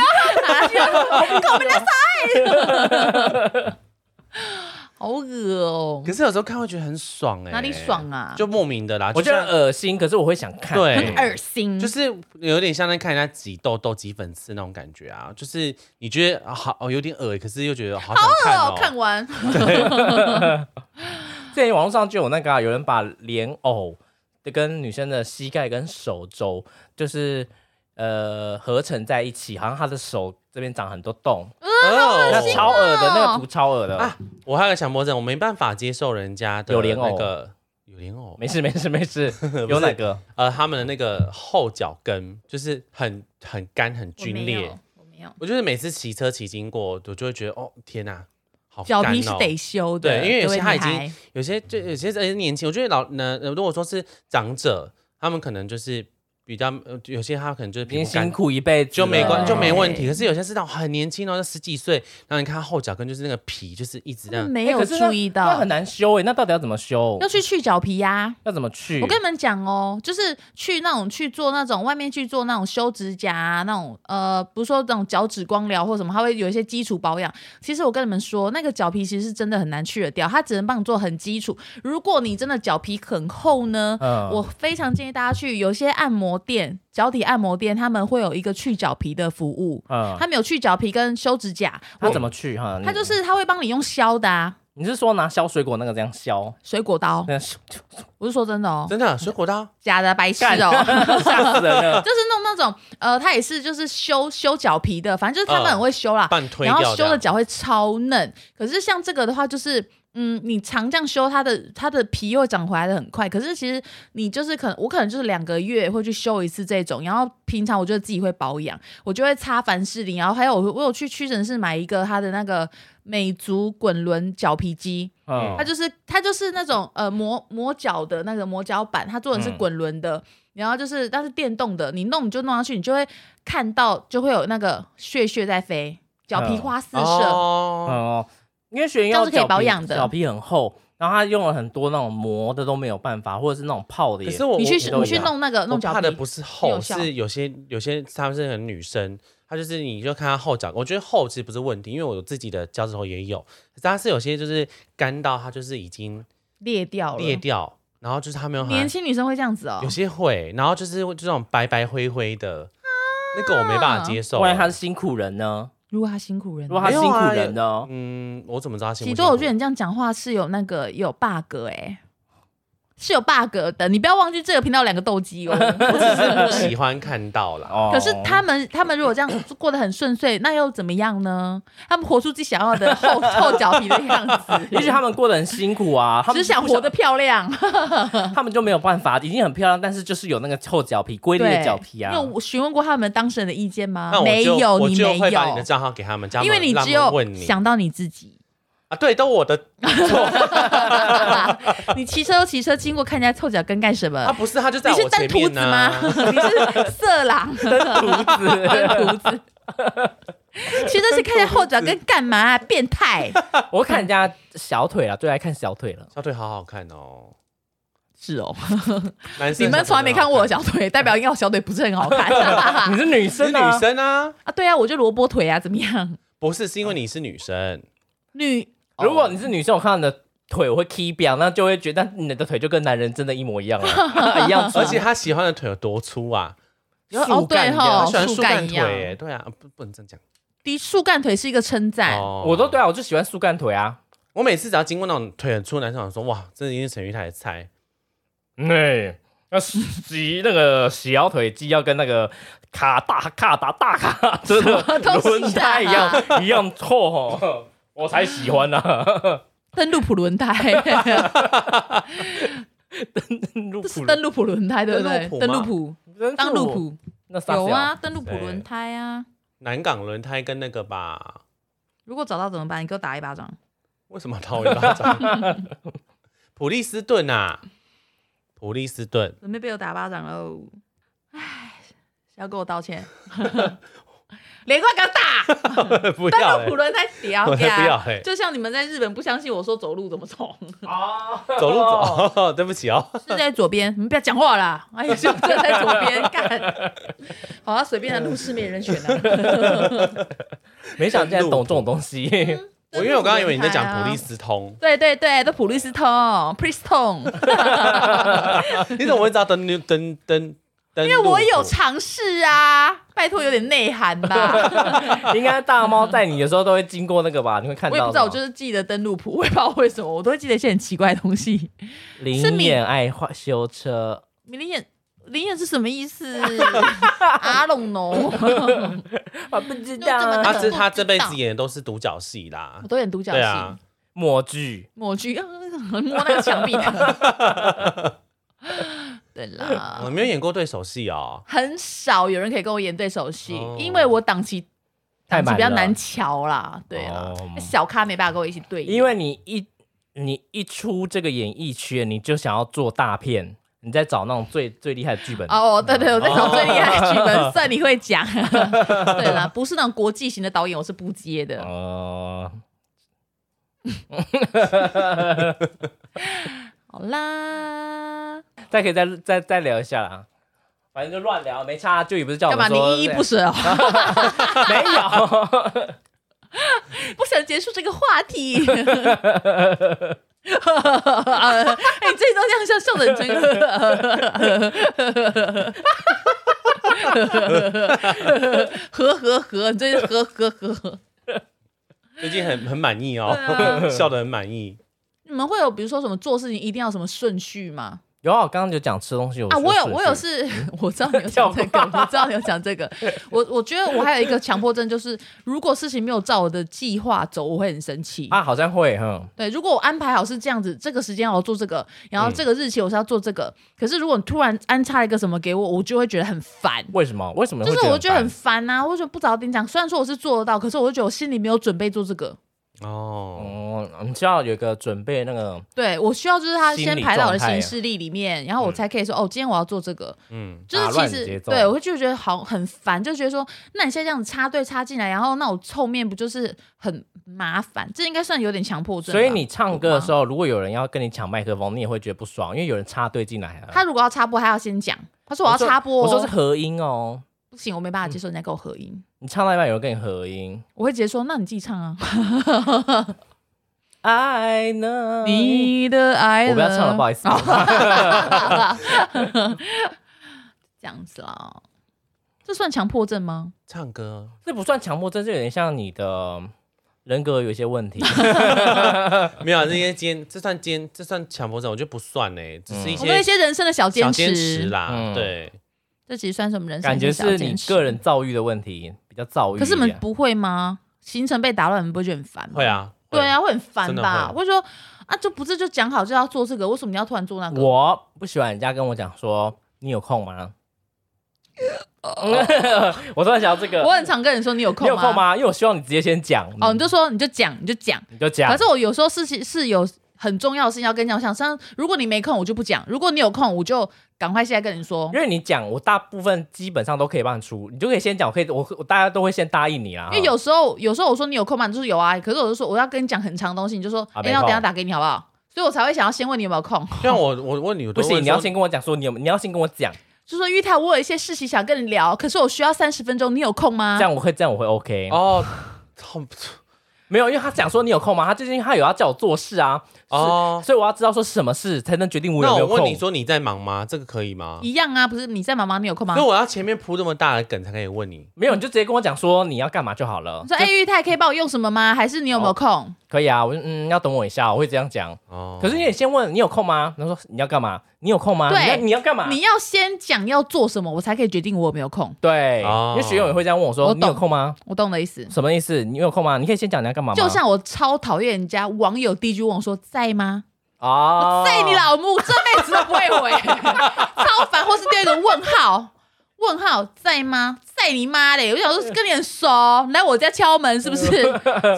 Speaker 4: 好恶哦、
Speaker 2: 可是有时候看会觉得很爽哎、
Speaker 4: 哪里爽啊
Speaker 2: 就莫名的啦，
Speaker 3: 我觉
Speaker 2: 就
Speaker 3: 得
Speaker 2: 像
Speaker 3: 恶心，可是我会想看。
Speaker 2: 对
Speaker 4: 很 恶心。
Speaker 2: 就是有点像在看人家挤痘痘、挤粉刺那种感觉啊，就是你觉得啊好哦有点恶可是又觉得好想看
Speaker 4: 哦
Speaker 2: 哦，，
Speaker 4: 看 完
Speaker 3: 之前网络上就有那个啊、有人把莲藕的跟女生的膝盖跟手肘，就是呃合成在一起，好像她的手这边长很多洞，那
Speaker 2: 哦
Speaker 3: 超恶的，那个图超恶的。
Speaker 2: 啊！我还有个强迫症，我没办法接受人家的
Speaker 3: 有莲藕
Speaker 2: 那个有莲 藕，
Speaker 3: 没事没事没事，有哪个？
Speaker 2: 呃，他们的那个后脚跟就是很很干、很皲裂。，
Speaker 4: 我没有，
Speaker 2: 我就是每次骑车骑经过，我就会觉得哦天哪、好干
Speaker 1: 脚
Speaker 2: 哦。
Speaker 1: 皮是得修的，
Speaker 2: 对因为有
Speaker 1: 各位
Speaker 2: 些他已
Speaker 1: 女孩
Speaker 2: 经有些就有些人年轻，我觉得老呢，呃如果说是长者，他们可能就是比较，呃有些他可能就是
Speaker 3: 已
Speaker 2: 皮
Speaker 3: 经
Speaker 2: 肤干
Speaker 3: 辛。苦一辈子了
Speaker 2: 就没关
Speaker 4: 对
Speaker 2: 就没问题，可是有些是那种很年轻哦，就十几岁，然后你看他后脚跟就是那个皮，就是一直这
Speaker 1: 他们
Speaker 4: 嗯
Speaker 2: 样。
Speaker 1: 没
Speaker 3: 哎
Speaker 1: 有
Speaker 3: 可是那
Speaker 1: 注意
Speaker 3: 那
Speaker 1: 到
Speaker 3: 很，难修欸诶，那到底要怎么修？
Speaker 1: 要去去脚皮呀。
Speaker 3: 要怎么去？
Speaker 4: 我跟你们讲哦，就是去那种去做那种外面去做那种修指甲、啊、那种呃，不是说那种脚趾光疗或什么，它会有一些基础保养。其实我跟你们说，那个脚皮其实是真的很难去得掉，它只能帮你做很基础。如果你真的脚皮很厚呢，
Speaker 3: 嗯
Speaker 4: 我非常建议大家去有些按摩店、脚底按摩店，他们会有一个去脚皮的服务。
Speaker 3: 嗯，
Speaker 4: 他们有去脚皮跟修指甲，
Speaker 3: 他怎么去哈？你
Speaker 4: 他就是他会帮你用削的啊，
Speaker 3: 你是说拿削水果那个这样削？
Speaker 4: 水果刀。
Speaker 3: 那咻咻
Speaker 4: 我是说真的哦，
Speaker 2: 真的水果刀，
Speaker 4: 假的白痴
Speaker 3: 干
Speaker 4: 哦。
Speaker 3: 吓死人了！
Speaker 4: 就是弄那种呃，他也是就是修修脚皮的，反正就是他们很会修啦，
Speaker 2: 嗯把你推
Speaker 4: 然
Speaker 2: 掉这
Speaker 4: 后修
Speaker 2: 样。
Speaker 4: 的脚会超嫩。可是像这个的话，就是。嗯，你常这样修，它的它的皮又会长回来的很快。可是其实你就是可能，我可能就是两个月会去修一次这种，然后平常我就自己会保养，我就会擦凡士林，然后还有我我有去屈臣氏买一个它的那个美足滚轮脚皮机，
Speaker 3: 嗯
Speaker 4: 它，就是它就是那种呃磨磨脚的那个磨脚板，它做的是
Speaker 3: 嗯
Speaker 4: 滚轮的，然后就是但是电动的，你弄你就弄上去，你就会看到就会有那个血血在飞，脚皮
Speaker 3: 嗯
Speaker 4: 花四射，
Speaker 2: 哦，
Speaker 3: 哦，因为学员
Speaker 4: 这样
Speaker 3: 要
Speaker 4: 是可以
Speaker 3: 脚皮
Speaker 4: 保养的
Speaker 3: 脚皮很厚，然后他用了很多那种磨的都没有办法，或者是那种泡的也。
Speaker 2: 可是我
Speaker 4: 你
Speaker 2: 我
Speaker 4: 去
Speaker 3: 都
Speaker 4: 你
Speaker 3: 一
Speaker 4: 去
Speaker 3: 样
Speaker 4: 弄那个
Speaker 2: 我
Speaker 4: 弄脚
Speaker 2: 怕的
Speaker 4: 皮
Speaker 2: 不，是后，
Speaker 4: 有效
Speaker 2: 是有些有些他们是很女生，她就是你就看她后脚，我觉得后其实不是问题，因为我自己的脚趾头也有，可是她是有些就是干到她就是已经
Speaker 4: 裂掉了。
Speaker 2: 裂掉，然后就是她没有很
Speaker 4: 年轻女生会这样子哦
Speaker 2: 有，些会，然后就是这种白白灰灰的，
Speaker 4: 啊
Speaker 2: 那个我没办法接受。
Speaker 3: 不然他是辛苦人呢？
Speaker 4: 如果她辛苦人
Speaker 3: 如，果他是
Speaker 2: 没有
Speaker 3: 辛
Speaker 2: 啊
Speaker 3: 苦人呢？
Speaker 2: 嗯，我怎么知道他辛
Speaker 4: 喜
Speaker 2: 不
Speaker 4: 多，我觉
Speaker 2: 辛
Speaker 4: 得
Speaker 2: 苦？
Speaker 4: 你这样讲话是有那个有 bug 哎、是有 bug 的，你不要忘记这个频道有两个斗鸡哦。
Speaker 2: 我只是不喜欢看到啦。
Speaker 3: 哦
Speaker 4: 可是他们他们如果这样过得很顺遂，那又怎么样呢？他们活出自己想要的后后脚皮的样 子，
Speaker 3: 也许他们过得很辛苦 啊，他们
Speaker 4: 只想活得漂亮，
Speaker 3: 他们就没有办法，已经很漂亮，但是就是有那个臭脚皮、龟裂的
Speaker 4: 对，
Speaker 3: 脚皮啊
Speaker 4: 你。 有询问过他们当事人的意见吗
Speaker 2: 那？
Speaker 4: 啊
Speaker 2: 我
Speaker 4: 没
Speaker 2: 就
Speaker 4: 有，
Speaker 2: 我
Speaker 4: 你
Speaker 2: 就
Speaker 4: 没
Speaker 2: 会把你的
Speaker 4: 有，
Speaker 2: 账号给他们，这样
Speaker 4: 因为你
Speaker 2: 让
Speaker 4: 只
Speaker 2: 他们
Speaker 4: 有
Speaker 2: 问你
Speaker 4: 想到你自己。
Speaker 2: 啊，对，都我的
Speaker 4: 你骑车骑车经过看人家臭脚跟干什
Speaker 2: 啊，
Speaker 4: 么？
Speaker 2: 不是，他就在
Speaker 4: 你是
Speaker 2: 我
Speaker 4: 登
Speaker 2: 前
Speaker 4: 徒
Speaker 2: 面
Speaker 4: 子
Speaker 2: 呢、
Speaker 4: 吗？ 你是色狼？登徒子。骑车去看人家后脚跟干嘛啊？变态！
Speaker 3: 我看人家小腿了，最爱看小腿了。
Speaker 2: 小腿好好看哦，
Speaker 4: 是哦，
Speaker 2: 男生
Speaker 4: 你们从来没看过我
Speaker 2: 小
Speaker 4: 小腿，代表应该我小腿不是很好看。
Speaker 3: 你是女
Speaker 2: 腿
Speaker 3: 生
Speaker 2: 很好看
Speaker 3: 啊，
Speaker 2: 是女生啊，
Speaker 4: 啊，对啊，我就萝卜腿啊，怎么样？
Speaker 2: 不是，是因为你是女生，
Speaker 4: 女，
Speaker 3: 如果你是女生，我看到你的腿我会 k 表，那就会觉得你的腿就跟男人真的一模一 样了，一样粗。
Speaker 2: 而且他喜欢的腿有多粗啊？
Speaker 4: 哦对
Speaker 2: 他
Speaker 4: 哈，
Speaker 2: 喜欢
Speaker 4: 树
Speaker 2: 树
Speaker 4: 干
Speaker 2: 干
Speaker 4: 一
Speaker 2: 腿、
Speaker 4: 样，
Speaker 2: 欸，对啊，不不能这样讲。
Speaker 4: 的树干腿是一个称赞，
Speaker 2: 哦
Speaker 3: 我都对啊，我就喜欢树干腿 啊。
Speaker 2: 我每次只要经过那种腿很粗的男生，我想说哇，这一定是陈玉泰的菜。
Speaker 3: 对，那洗那个洗小腿肌要跟那个卡大卡达大 卡真的
Speaker 4: 东西啊
Speaker 3: 轮胎一样一样臭哦， 我才喜欢呢、 啊。
Speaker 4: 登陆普轮 胎，
Speaker 3: 路
Speaker 4: 这是登陆普轮胎对不对？
Speaker 2: 登
Speaker 4: 登
Speaker 2: 陆
Speaker 4: 陆
Speaker 2: 普
Speaker 4: 普当路普
Speaker 3: 那啥
Speaker 4: 有啊，
Speaker 3: 小，
Speaker 4: 登陆普
Speaker 2: 对
Speaker 4: 轮胎啊。
Speaker 2: 南港轮胎跟那个吧，
Speaker 4: 如果找到怎么办？你给我打一巴掌。
Speaker 2: 为什么打我一巴掌？ 普利斯顿啊，普利斯顿，
Speaker 4: 准备被我打巴掌喽！唉，要跟我道歉。连块给我打，
Speaker 2: 不
Speaker 4: 搬到
Speaker 2: 要、欸
Speaker 4: 普，轮再屌
Speaker 2: 我才
Speaker 4: 呀
Speaker 2: 不要欸
Speaker 4: 就像你们在日本不相信我说走路怎么走，
Speaker 3: 哦，
Speaker 2: 走路走、哦， 对不起哦。
Speaker 4: 是在左边，你们不要讲话啦！哎呀，这在左 边干，好啊，随便的路是没人选啊。
Speaker 3: 没想到竟然懂这种东西，
Speaker 4: 嗯
Speaker 2: 我因为我刚刚以为你在讲普利
Speaker 4: 利，
Speaker 2: 斯通，
Speaker 4: 啊 对对对，都普利斯通 p r i s t o n
Speaker 2: 你怎么会知道登登登登？
Speaker 4: 因
Speaker 2: 因
Speaker 4: 为我有尝试啊，拜托有点内涵 吧。
Speaker 3: 应该大猫带你的时候都会经过那个吧？你会看
Speaker 4: 我也
Speaker 3: 到吗。
Speaker 4: 不知道，我就是记得登录谱，我也不知道为什么，我都会记得一些很奇怪的东西。 是
Speaker 3: 灵
Speaker 4: 你
Speaker 3: 眼爱画修 车，
Speaker 4: 林眼，林眼是什么意 思？阿龙龙，
Speaker 3: 我不知
Speaker 4: 道啊
Speaker 2: 他是他这辈子演的都是独角戏啦
Speaker 4: 我，都演独角
Speaker 2: 对
Speaker 4: 戏
Speaker 2: 啊，，
Speaker 3: 模具，
Speaker 4: 抹去，嗯摸那个墙 壁的。对啦
Speaker 2: 我，没有演过对手戏哦。
Speaker 4: 很少有人可以跟我演对手戏，
Speaker 2: 哦
Speaker 4: 因为我档期
Speaker 3: 太
Speaker 4: 档期
Speaker 3: 满
Speaker 4: 比较
Speaker 3: 了
Speaker 4: 难瞧啦，对啦，
Speaker 3: 哦
Speaker 4: 小咖没办法跟我一起对演，
Speaker 3: 因为你一你一出这个演艺圈，你就想要做大片，你在找那种最最厉害的剧本。
Speaker 4: 哦，对对，我在找最厉害的剧本，算你会 讲。对啦，不是那种国际型的导演，我是不接的。
Speaker 3: 哦，
Speaker 4: 好啦，
Speaker 3: 再可以再再再聊一下啦，反正就乱聊，没差。就也不是叫我
Speaker 4: 干嘛
Speaker 3: 们
Speaker 4: 你
Speaker 3: 说
Speaker 4: 依依不舍哦？
Speaker 3: 没有，
Speaker 4: 不想结束这个话题。哎、你最终这样笑笑的真呵呵呵，你最近呵呵呵。
Speaker 2: 最近很很满意哦，
Speaker 4: 对啊
Speaker 2: 笑得很满意。
Speaker 4: 你们会有比如说什么做事情一定要什么顺序吗？
Speaker 3: 有啊，我刚刚就讲吃东西。
Speaker 4: 啊，
Speaker 3: 说
Speaker 4: 我有
Speaker 3: 顺
Speaker 4: 我有
Speaker 3: 序
Speaker 4: 是，我知道你有讲这个，我知道你有讲这个。我我觉得我还有一个强迫症，就是如果事情没有照我的计划走，我会很生气。
Speaker 3: 啊，好像会哼，
Speaker 4: 对，如果我安排好是这样子，这个时间我要做这个，然后
Speaker 2: 嗯
Speaker 4: 这个日期我是要做这个。可是如果你突然安插一个什么给我，我就会觉得很烦。
Speaker 3: 为什么？为什么会
Speaker 4: 就
Speaker 3: 很
Speaker 4: 是
Speaker 3: 烦？
Speaker 4: 我觉得很烦啊，我就不早点讲。虽然说我是做得到，可是我就觉得我心里没有准备做这个。
Speaker 2: 哦，
Speaker 3: 哦，你需要有一个准备那个
Speaker 4: 对我需要就是他
Speaker 3: 心
Speaker 4: 先
Speaker 3: 理
Speaker 4: 排到我的
Speaker 3: 状态
Speaker 4: 行
Speaker 3: 啊
Speaker 4: 事历里面，然后我
Speaker 3: 嗯
Speaker 4: 才可以说、哦，今天我要做这个。
Speaker 2: 嗯，
Speaker 4: 就
Speaker 3: 打
Speaker 4: 是其
Speaker 3: 乱你节
Speaker 4: 实
Speaker 3: 奏
Speaker 4: 对我就觉得好很烦，就觉得说，那你现在这样子插队插进来，然后那我后面不就是很麻烦？这应该算有点强迫症吧。
Speaker 3: 所以你唱歌的时候，如果有人要跟你抢麦克风，你也会觉得不爽，因为有人插队进来了。
Speaker 4: 他如果要插播，他要先讲，他说我要
Speaker 3: 说
Speaker 4: 插播哦、
Speaker 3: 我说是合音哦，
Speaker 4: 不行，我没办法接受人家跟我合音，
Speaker 3: 你唱到一半有人跟你合音。
Speaker 4: 我会直接说，那你自己唱 啊。
Speaker 3: I know 哦
Speaker 4: 的爱
Speaker 3: 我不要唱了，不好
Speaker 4: 意
Speaker 3: 意思。
Speaker 4: 思。 这样子啦，这算强迫症吗？
Speaker 2: 唱歌
Speaker 3: 这不算强迫症，这有点像你的人格有一些问 题。
Speaker 2: 没
Speaker 4: 嗯
Speaker 2: 有，这啊些坚，这算坚，这算强迫症，我觉得不算呢，只是一
Speaker 4: 我们有
Speaker 2: 些
Speaker 4: 一些人生的小
Speaker 2: 小
Speaker 4: 坚
Speaker 2: 坚
Speaker 4: 持
Speaker 2: 持，啦。
Speaker 3: 嗯
Speaker 2: 对，
Speaker 4: 这其实算什么人生
Speaker 3: 感
Speaker 4: 的
Speaker 3: 觉
Speaker 4: 小
Speaker 3: 是
Speaker 4: 坚
Speaker 3: 你
Speaker 4: 持
Speaker 3: 个人躁郁的问题，比较躁郁一点。
Speaker 4: 可是你们不会吗？行程被打乱，你们不会觉得很烦
Speaker 3: 嗯
Speaker 4: 吗？
Speaker 2: 会，啊，会
Speaker 4: 对，啊，会很烦
Speaker 2: 真的
Speaker 4: 吧？
Speaker 2: 会
Speaker 4: 会说啊，就不是就讲好就要做这个，为什么你要突然做那个？
Speaker 3: 我不喜欢人家跟我讲说你有空吗？ 我突然想到这个，
Speaker 4: 我很常跟人说你有
Speaker 3: 你
Speaker 4: 空
Speaker 3: 有空？吗？因为我希望你直接先讲。
Speaker 4: 哦，你就说你就讲你就讲，
Speaker 3: 你就讲
Speaker 4: 可。是我有时候事情是有很重要的事情要跟你讲，我想像如果你没空，我就不讲；如果你有空，我就赶快现在跟你说，
Speaker 3: 因为你讲，我大部分基本上都可以帮你出，你就可以先讲，我可以，我我大家都会先答应你啦。
Speaker 4: 因为有时候有时候我说你有空吗？你就说有啊，可是我就说我要跟你讲很长的东西，你就说哎、
Speaker 3: 啊
Speaker 4: 诶
Speaker 3: 没
Speaker 4: 那我等一下
Speaker 3: 空
Speaker 4: 打给你好不好？所以我才会想要先问你有没有空，
Speaker 2: 像我我问你，我
Speaker 3: 不
Speaker 2: 都
Speaker 3: 行，
Speaker 2: 问
Speaker 3: 你要
Speaker 2: 说
Speaker 3: 先跟我讲说你有，你要先跟我讲，
Speaker 4: 就说玉泰，我有一些事情想跟你聊，可是我需要三十分钟，你有空吗
Speaker 3: 这？样我会这样我会 OK。
Speaker 2: 哦， 好
Speaker 3: 没有，因为他讲说你有空吗？他最近他有要叫我做事啊，
Speaker 2: 哦。
Speaker 3: 所以我要知道说是什么事才能决定我有
Speaker 2: 那
Speaker 3: 没有
Speaker 2: 我
Speaker 3: 空。
Speaker 2: 问你说你在忙吗？这个可以吗？
Speaker 4: 一样啊，不是你在忙吗？你有空吗
Speaker 2: 所以？我要前面铺这么大的梗才可以问你。
Speaker 3: 没有，你就直接跟我讲说你要干嘛就好了
Speaker 4: 你。说哎、诶玉泰可以帮我用什么吗？还是你有没有空？
Speaker 3: 可以啊，我就嗯要等我一下，我会这样讲。
Speaker 2: 哦，
Speaker 3: 可是你也先问你有空吗？他说你要干嘛？你有空吗？
Speaker 4: 对
Speaker 3: 你要你要干嘛？
Speaker 4: 你要先讲要做什么，我才可以决定我有没有空。
Speaker 3: 对，
Speaker 2: 哦
Speaker 3: 因为学友也会这样问我
Speaker 4: 我
Speaker 3: 说
Speaker 4: 懂
Speaker 3: 你有空吗？
Speaker 4: 我懂的意思。
Speaker 3: 什么意思？你有空吗？你可以先讲你要干嘛吗？
Speaker 4: 就像我超讨厌人家网友第一句问我说在吗？
Speaker 3: 啊
Speaker 4: 在你老母，这辈子都不会回，超烦。或是第二个问号，问号在吗？在你妈嘞！我想说跟你很熟，来我家敲门是不 是？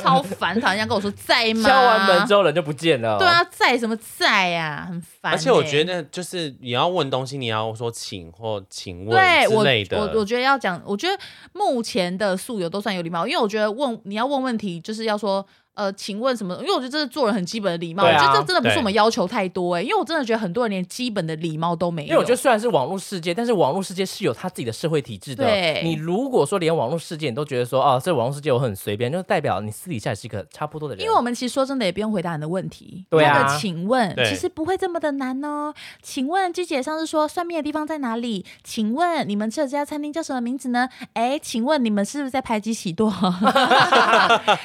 Speaker 4: 超烦，讨厌人家跟我说在吗？
Speaker 3: 敲完门之后人就不见了。
Speaker 4: 对，啊，在什么在呀、很烦欸、
Speaker 2: 而且我觉得就是你要问东西，你要说请或请
Speaker 4: 对
Speaker 2: 问
Speaker 4: 我
Speaker 2: 之类的。
Speaker 4: 我我觉得要讲，我觉得目前的宿友都算有礼貌，因为我觉得问你要问问题，就是要说呃，请问什么？因为我觉得这是做人很基本的礼貌，
Speaker 3: 对
Speaker 4: 我
Speaker 3: 啊
Speaker 4: 觉得这真的不是
Speaker 2: 对
Speaker 4: 我们要求太多哎、因为我真的觉得很多人连基本的礼貌都没有。
Speaker 3: 因为我觉得虽然是网络世界，但是网络世界是有它自己的社会体制的
Speaker 4: 对。
Speaker 3: 你如果说连网络世界你都觉得说哦，这网络世界我很随便，就代表你私底下也是一个差不多的人。
Speaker 4: 因为我们其实说真的也不用回答你的问题，
Speaker 3: 对啊
Speaker 4: 他的请问
Speaker 2: 对
Speaker 4: 其实不会这么的难哦。请问鞠姐上次说算命的地方在哪里？请问你们吃的这家餐厅叫什么名字呢？哎，请问你们是不是在排挤喜多？ 我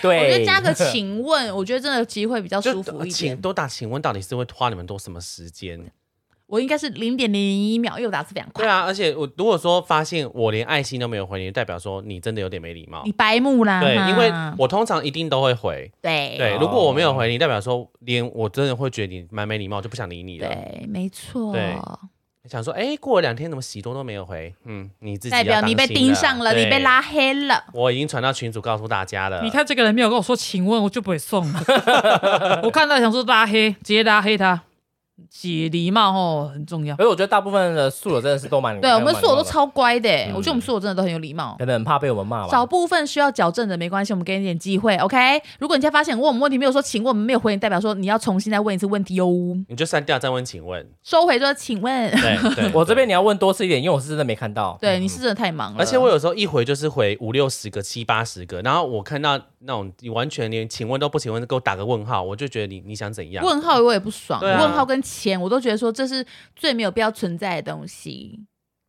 Speaker 3: 对，
Speaker 4: 觉得 加个请问，我觉得真的机会比较舒服
Speaker 2: 就
Speaker 4: 一
Speaker 2: 请
Speaker 4: 点。
Speaker 2: 多打，请问到底是会花你们多什么时间？
Speaker 4: 我应该是零点零零一秒，因为我打字非常快
Speaker 2: 对。啊，而且我如果说发现我连爱心都没有回你，就代表说你真的有点没礼貌
Speaker 4: 你。白目啦，
Speaker 2: 对，
Speaker 4: 嗯啊哈
Speaker 2: 因为我通常一定都会回。
Speaker 4: 对
Speaker 2: 对，如果我没
Speaker 4: 哦
Speaker 2: 有回你，代表说连我真的会觉得你蛮没礼貌，就不想理你了。
Speaker 4: 对，没错，
Speaker 2: 对想说，哎，过了两天怎么喜多都没有回？嗯，你自己
Speaker 4: 代表
Speaker 2: 要当
Speaker 4: 你被
Speaker 2: 心啊
Speaker 4: 盯上了，你被。
Speaker 2: 对
Speaker 4: 拉黑了。
Speaker 2: 我已经传到群主告诉大家了。
Speaker 1: 你看这个人没有跟我说请问，我就不会送了。我看到想说拉黑，直接拉黑他，解礼貌哦很重要。
Speaker 3: 而且我觉得大部分的宿友真的是都蛮，
Speaker 4: 对我们
Speaker 3: 蛮
Speaker 4: 宿友都
Speaker 3: 蛮
Speaker 4: 超乖的
Speaker 2: 嗯
Speaker 4: 欸，我觉得我们宿友真的都很有礼貌。
Speaker 3: 可能很怕被我们骂吧。
Speaker 4: 少部分需要矫正的没关系，我们给你点机会，OK？如果你现在发现问我们问题没有说请问，我们没有回你，代表说你要重新再问一次问题哟。
Speaker 2: 你就删掉，再问，请问。
Speaker 4: 收回说请问，
Speaker 2: 对，对
Speaker 3: 我这边你要问多次一点，因为我是真的没看到。
Speaker 4: 对你是真的太忙了，
Speaker 2: 而且我有时候一回就是回五六十个、七八十个，然后我看到那种你完全连请问都不请问，给我打个问号，我就觉得你你想怎样？
Speaker 4: 问号我也不爽，
Speaker 2: 对啊
Speaker 4: 问号跟钱我都觉得说这是最没有必要存在的东西。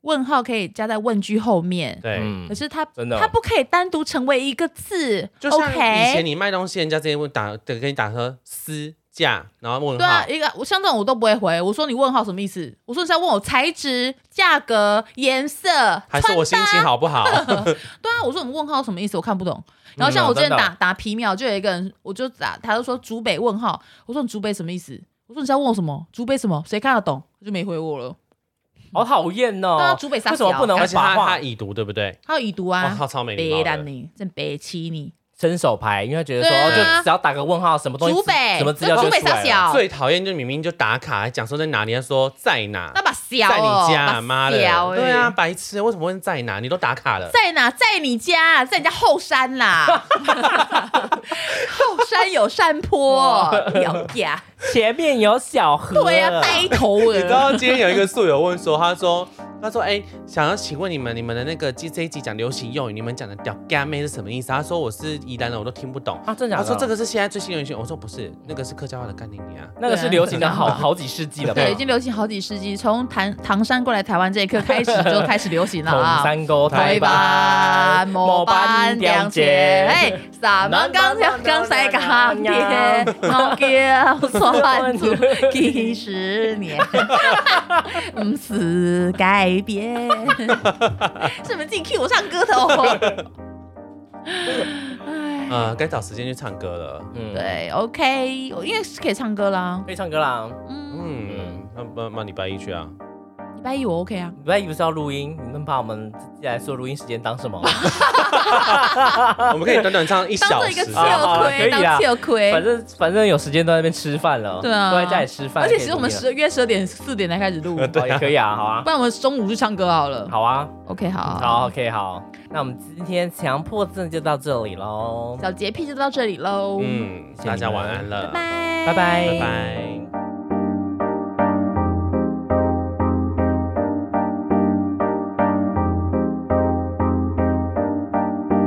Speaker 4: 问号可以加在问句后面，
Speaker 2: 对，
Speaker 3: 嗯
Speaker 4: 可，是它
Speaker 3: 真的
Speaker 4: 它不可以单独成为一个字
Speaker 2: 就像以前
Speaker 4: ，OK？
Speaker 2: 你卖东西，人家直接问打对给你打说私价，然后问
Speaker 4: 对啊
Speaker 2: 号，，
Speaker 4: 一个我像这种我都不会回，我说你问号什么意思？我说你是要问我材质、价格、颜色、
Speaker 2: 还是我心情好不好？
Speaker 4: 对啊，我说我们问号什么意思？我看不懂。然后像
Speaker 3: 嗯
Speaker 4: 我之前
Speaker 3: 真的
Speaker 4: 打、打皮秒，就有一个人，我就打，他就说竹北问号，我说你竹北什么意思？我说你是要问我什么？竹北什么？谁看得懂？他就没回我了。
Speaker 3: 好讨厌哦。
Speaker 4: 对啊竹北傻
Speaker 3: 为什么
Speaker 4: 小
Speaker 3: 不能
Speaker 2: 而且
Speaker 3: 把
Speaker 2: 他
Speaker 3: 话
Speaker 2: 他已读对不对？
Speaker 4: 他有已读
Speaker 2: 我
Speaker 4: 啊，
Speaker 2: 靠，超没礼
Speaker 4: 北
Speaker 2: 貌
Speaker 4: 兰
Speaker 2: 的。
Speaker 4: 你，真北欺你。
Speaker 3: 伸手牌？因为觉得说
Speaker 4: 对啊
Speaker 3: 哦，就只要打个问号，什么东西
Speaker 4: 竹北，
Speaker 3: 什么资料
Speaker 4: 那
Speaker 3: 就
Speaker 4: 竹北
Speaker 3: 出
Speaker 4: 傻
Speaker 3: 来了。
Speaker 4: 小，
Speaker 2: 最讨厌就明明就打卡，还讲说在哪里，他说在哪
Speaker 4: 那，把小
Speaker 2: 在
Speaker 4: 哦
Speaker 2: 你家，妈的，
Speaker 4: 把小欸
Speaker 2: 对啊，，白痴，为什么问在哪？你都打卡了。
Speaker 4: 在哪？在你家，啊在你家后山啦。后山有山坡，有家。
Speaker 3: 前面有小河。
Speaker 4: 对呀、啊，呆头
Speaker 2: 你知道
Speaker 4: 鹅。
Speaker 2: 今天有一个宿友问说，他说，欸他说，哎、想要请问你们，你们的那个这一集讲流行用语，你们讲的屌干妹是什么意思？他说我是宜兰人，我都听不懂。
Speaker 3: 啊，真的
Speaker 2: 他
Speaker 3: 假
Speaker 4: 哦
Speaker 3: 的？
Speaker 2: 说这个是现在最新流行，我说不是，那个是客家话的概念你 啊。
Speaker 3: 那个是流行的好好几世纪了吧？
Speaker 4: 对，已经流行好几世纪，从唐唐山过来台湾这一刻开始就开始流行了
Speaker 3: 同
Speaker 4: 啊。
Speaker 3: 山沟
Speaker 4: 台湾某班两节，哎，三万钢条钢塞钢铁，老叫算出几十年，唔是改变。是不是自己 Q 我唱歌的哦？
Speaker 2: 呃，该找时间去唱歌了。
Speaker 3: 嗯，
Speaker 4: 对，OK，因为是可以唱歌啦。
Speaker 3: 可以唱歌啦。
Speaker 4: 嗯，
Speaker 2: 嗯，那那那礼拜一去啊。
Speaker 4: 礼拜一我 OK 啊。
Speaker 3: 礼拜一不是要录音？你们把我们自己来说录音时间当 什么？
Speaker 2: 我们可以短短唱一
Speaker 4: 啊当
Speaker 2: 小
Speaker 4: 做一个
Speaker 2: 时
Speaker 4: 吃。
Speaker 3: 啊好可
Speaker 4: 亏，
Speaker 3: 以啦
Speaker 4: 当吃亏。
Speaker 3: 反正反正有时间都在那边吃饭了，
Speaker 4: 对啊
Speaker 3: 都在家里吃饭。
Speaker 4: 而且其实我们
Speaker 3: 可以
Speaker 4: 十约十二点四点才开始录，
Speaker 2: 呃
Speaker 4: 不
Speaker 2: 对
Speaker 3: 录音了哦也可以 啊，好啊，
Speaker 4: 然我们中午去唱歌好了。
Speaker 3: 好啊，
Speaker 4: OK，好，
Speaker 3: 好，OK，好，那我们今天强迫症就到这里 喽，
Speaker 4: 小洁癖就到这里喽，
Speaker 2: 嗯，大家晚安了，
Speaker 4: 拜
Speaker 3: 拜拜，
Speaker 2: 拜拜。
Speaker 4: 头发头发头发，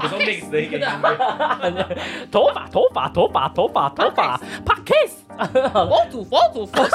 Speaker 2: 我说 mix 的一个音乐，
Speaker 3: 头发，头发，头发，头发，头发 p o d c a s
Speaker 4: 佛祖佛祖佛祖。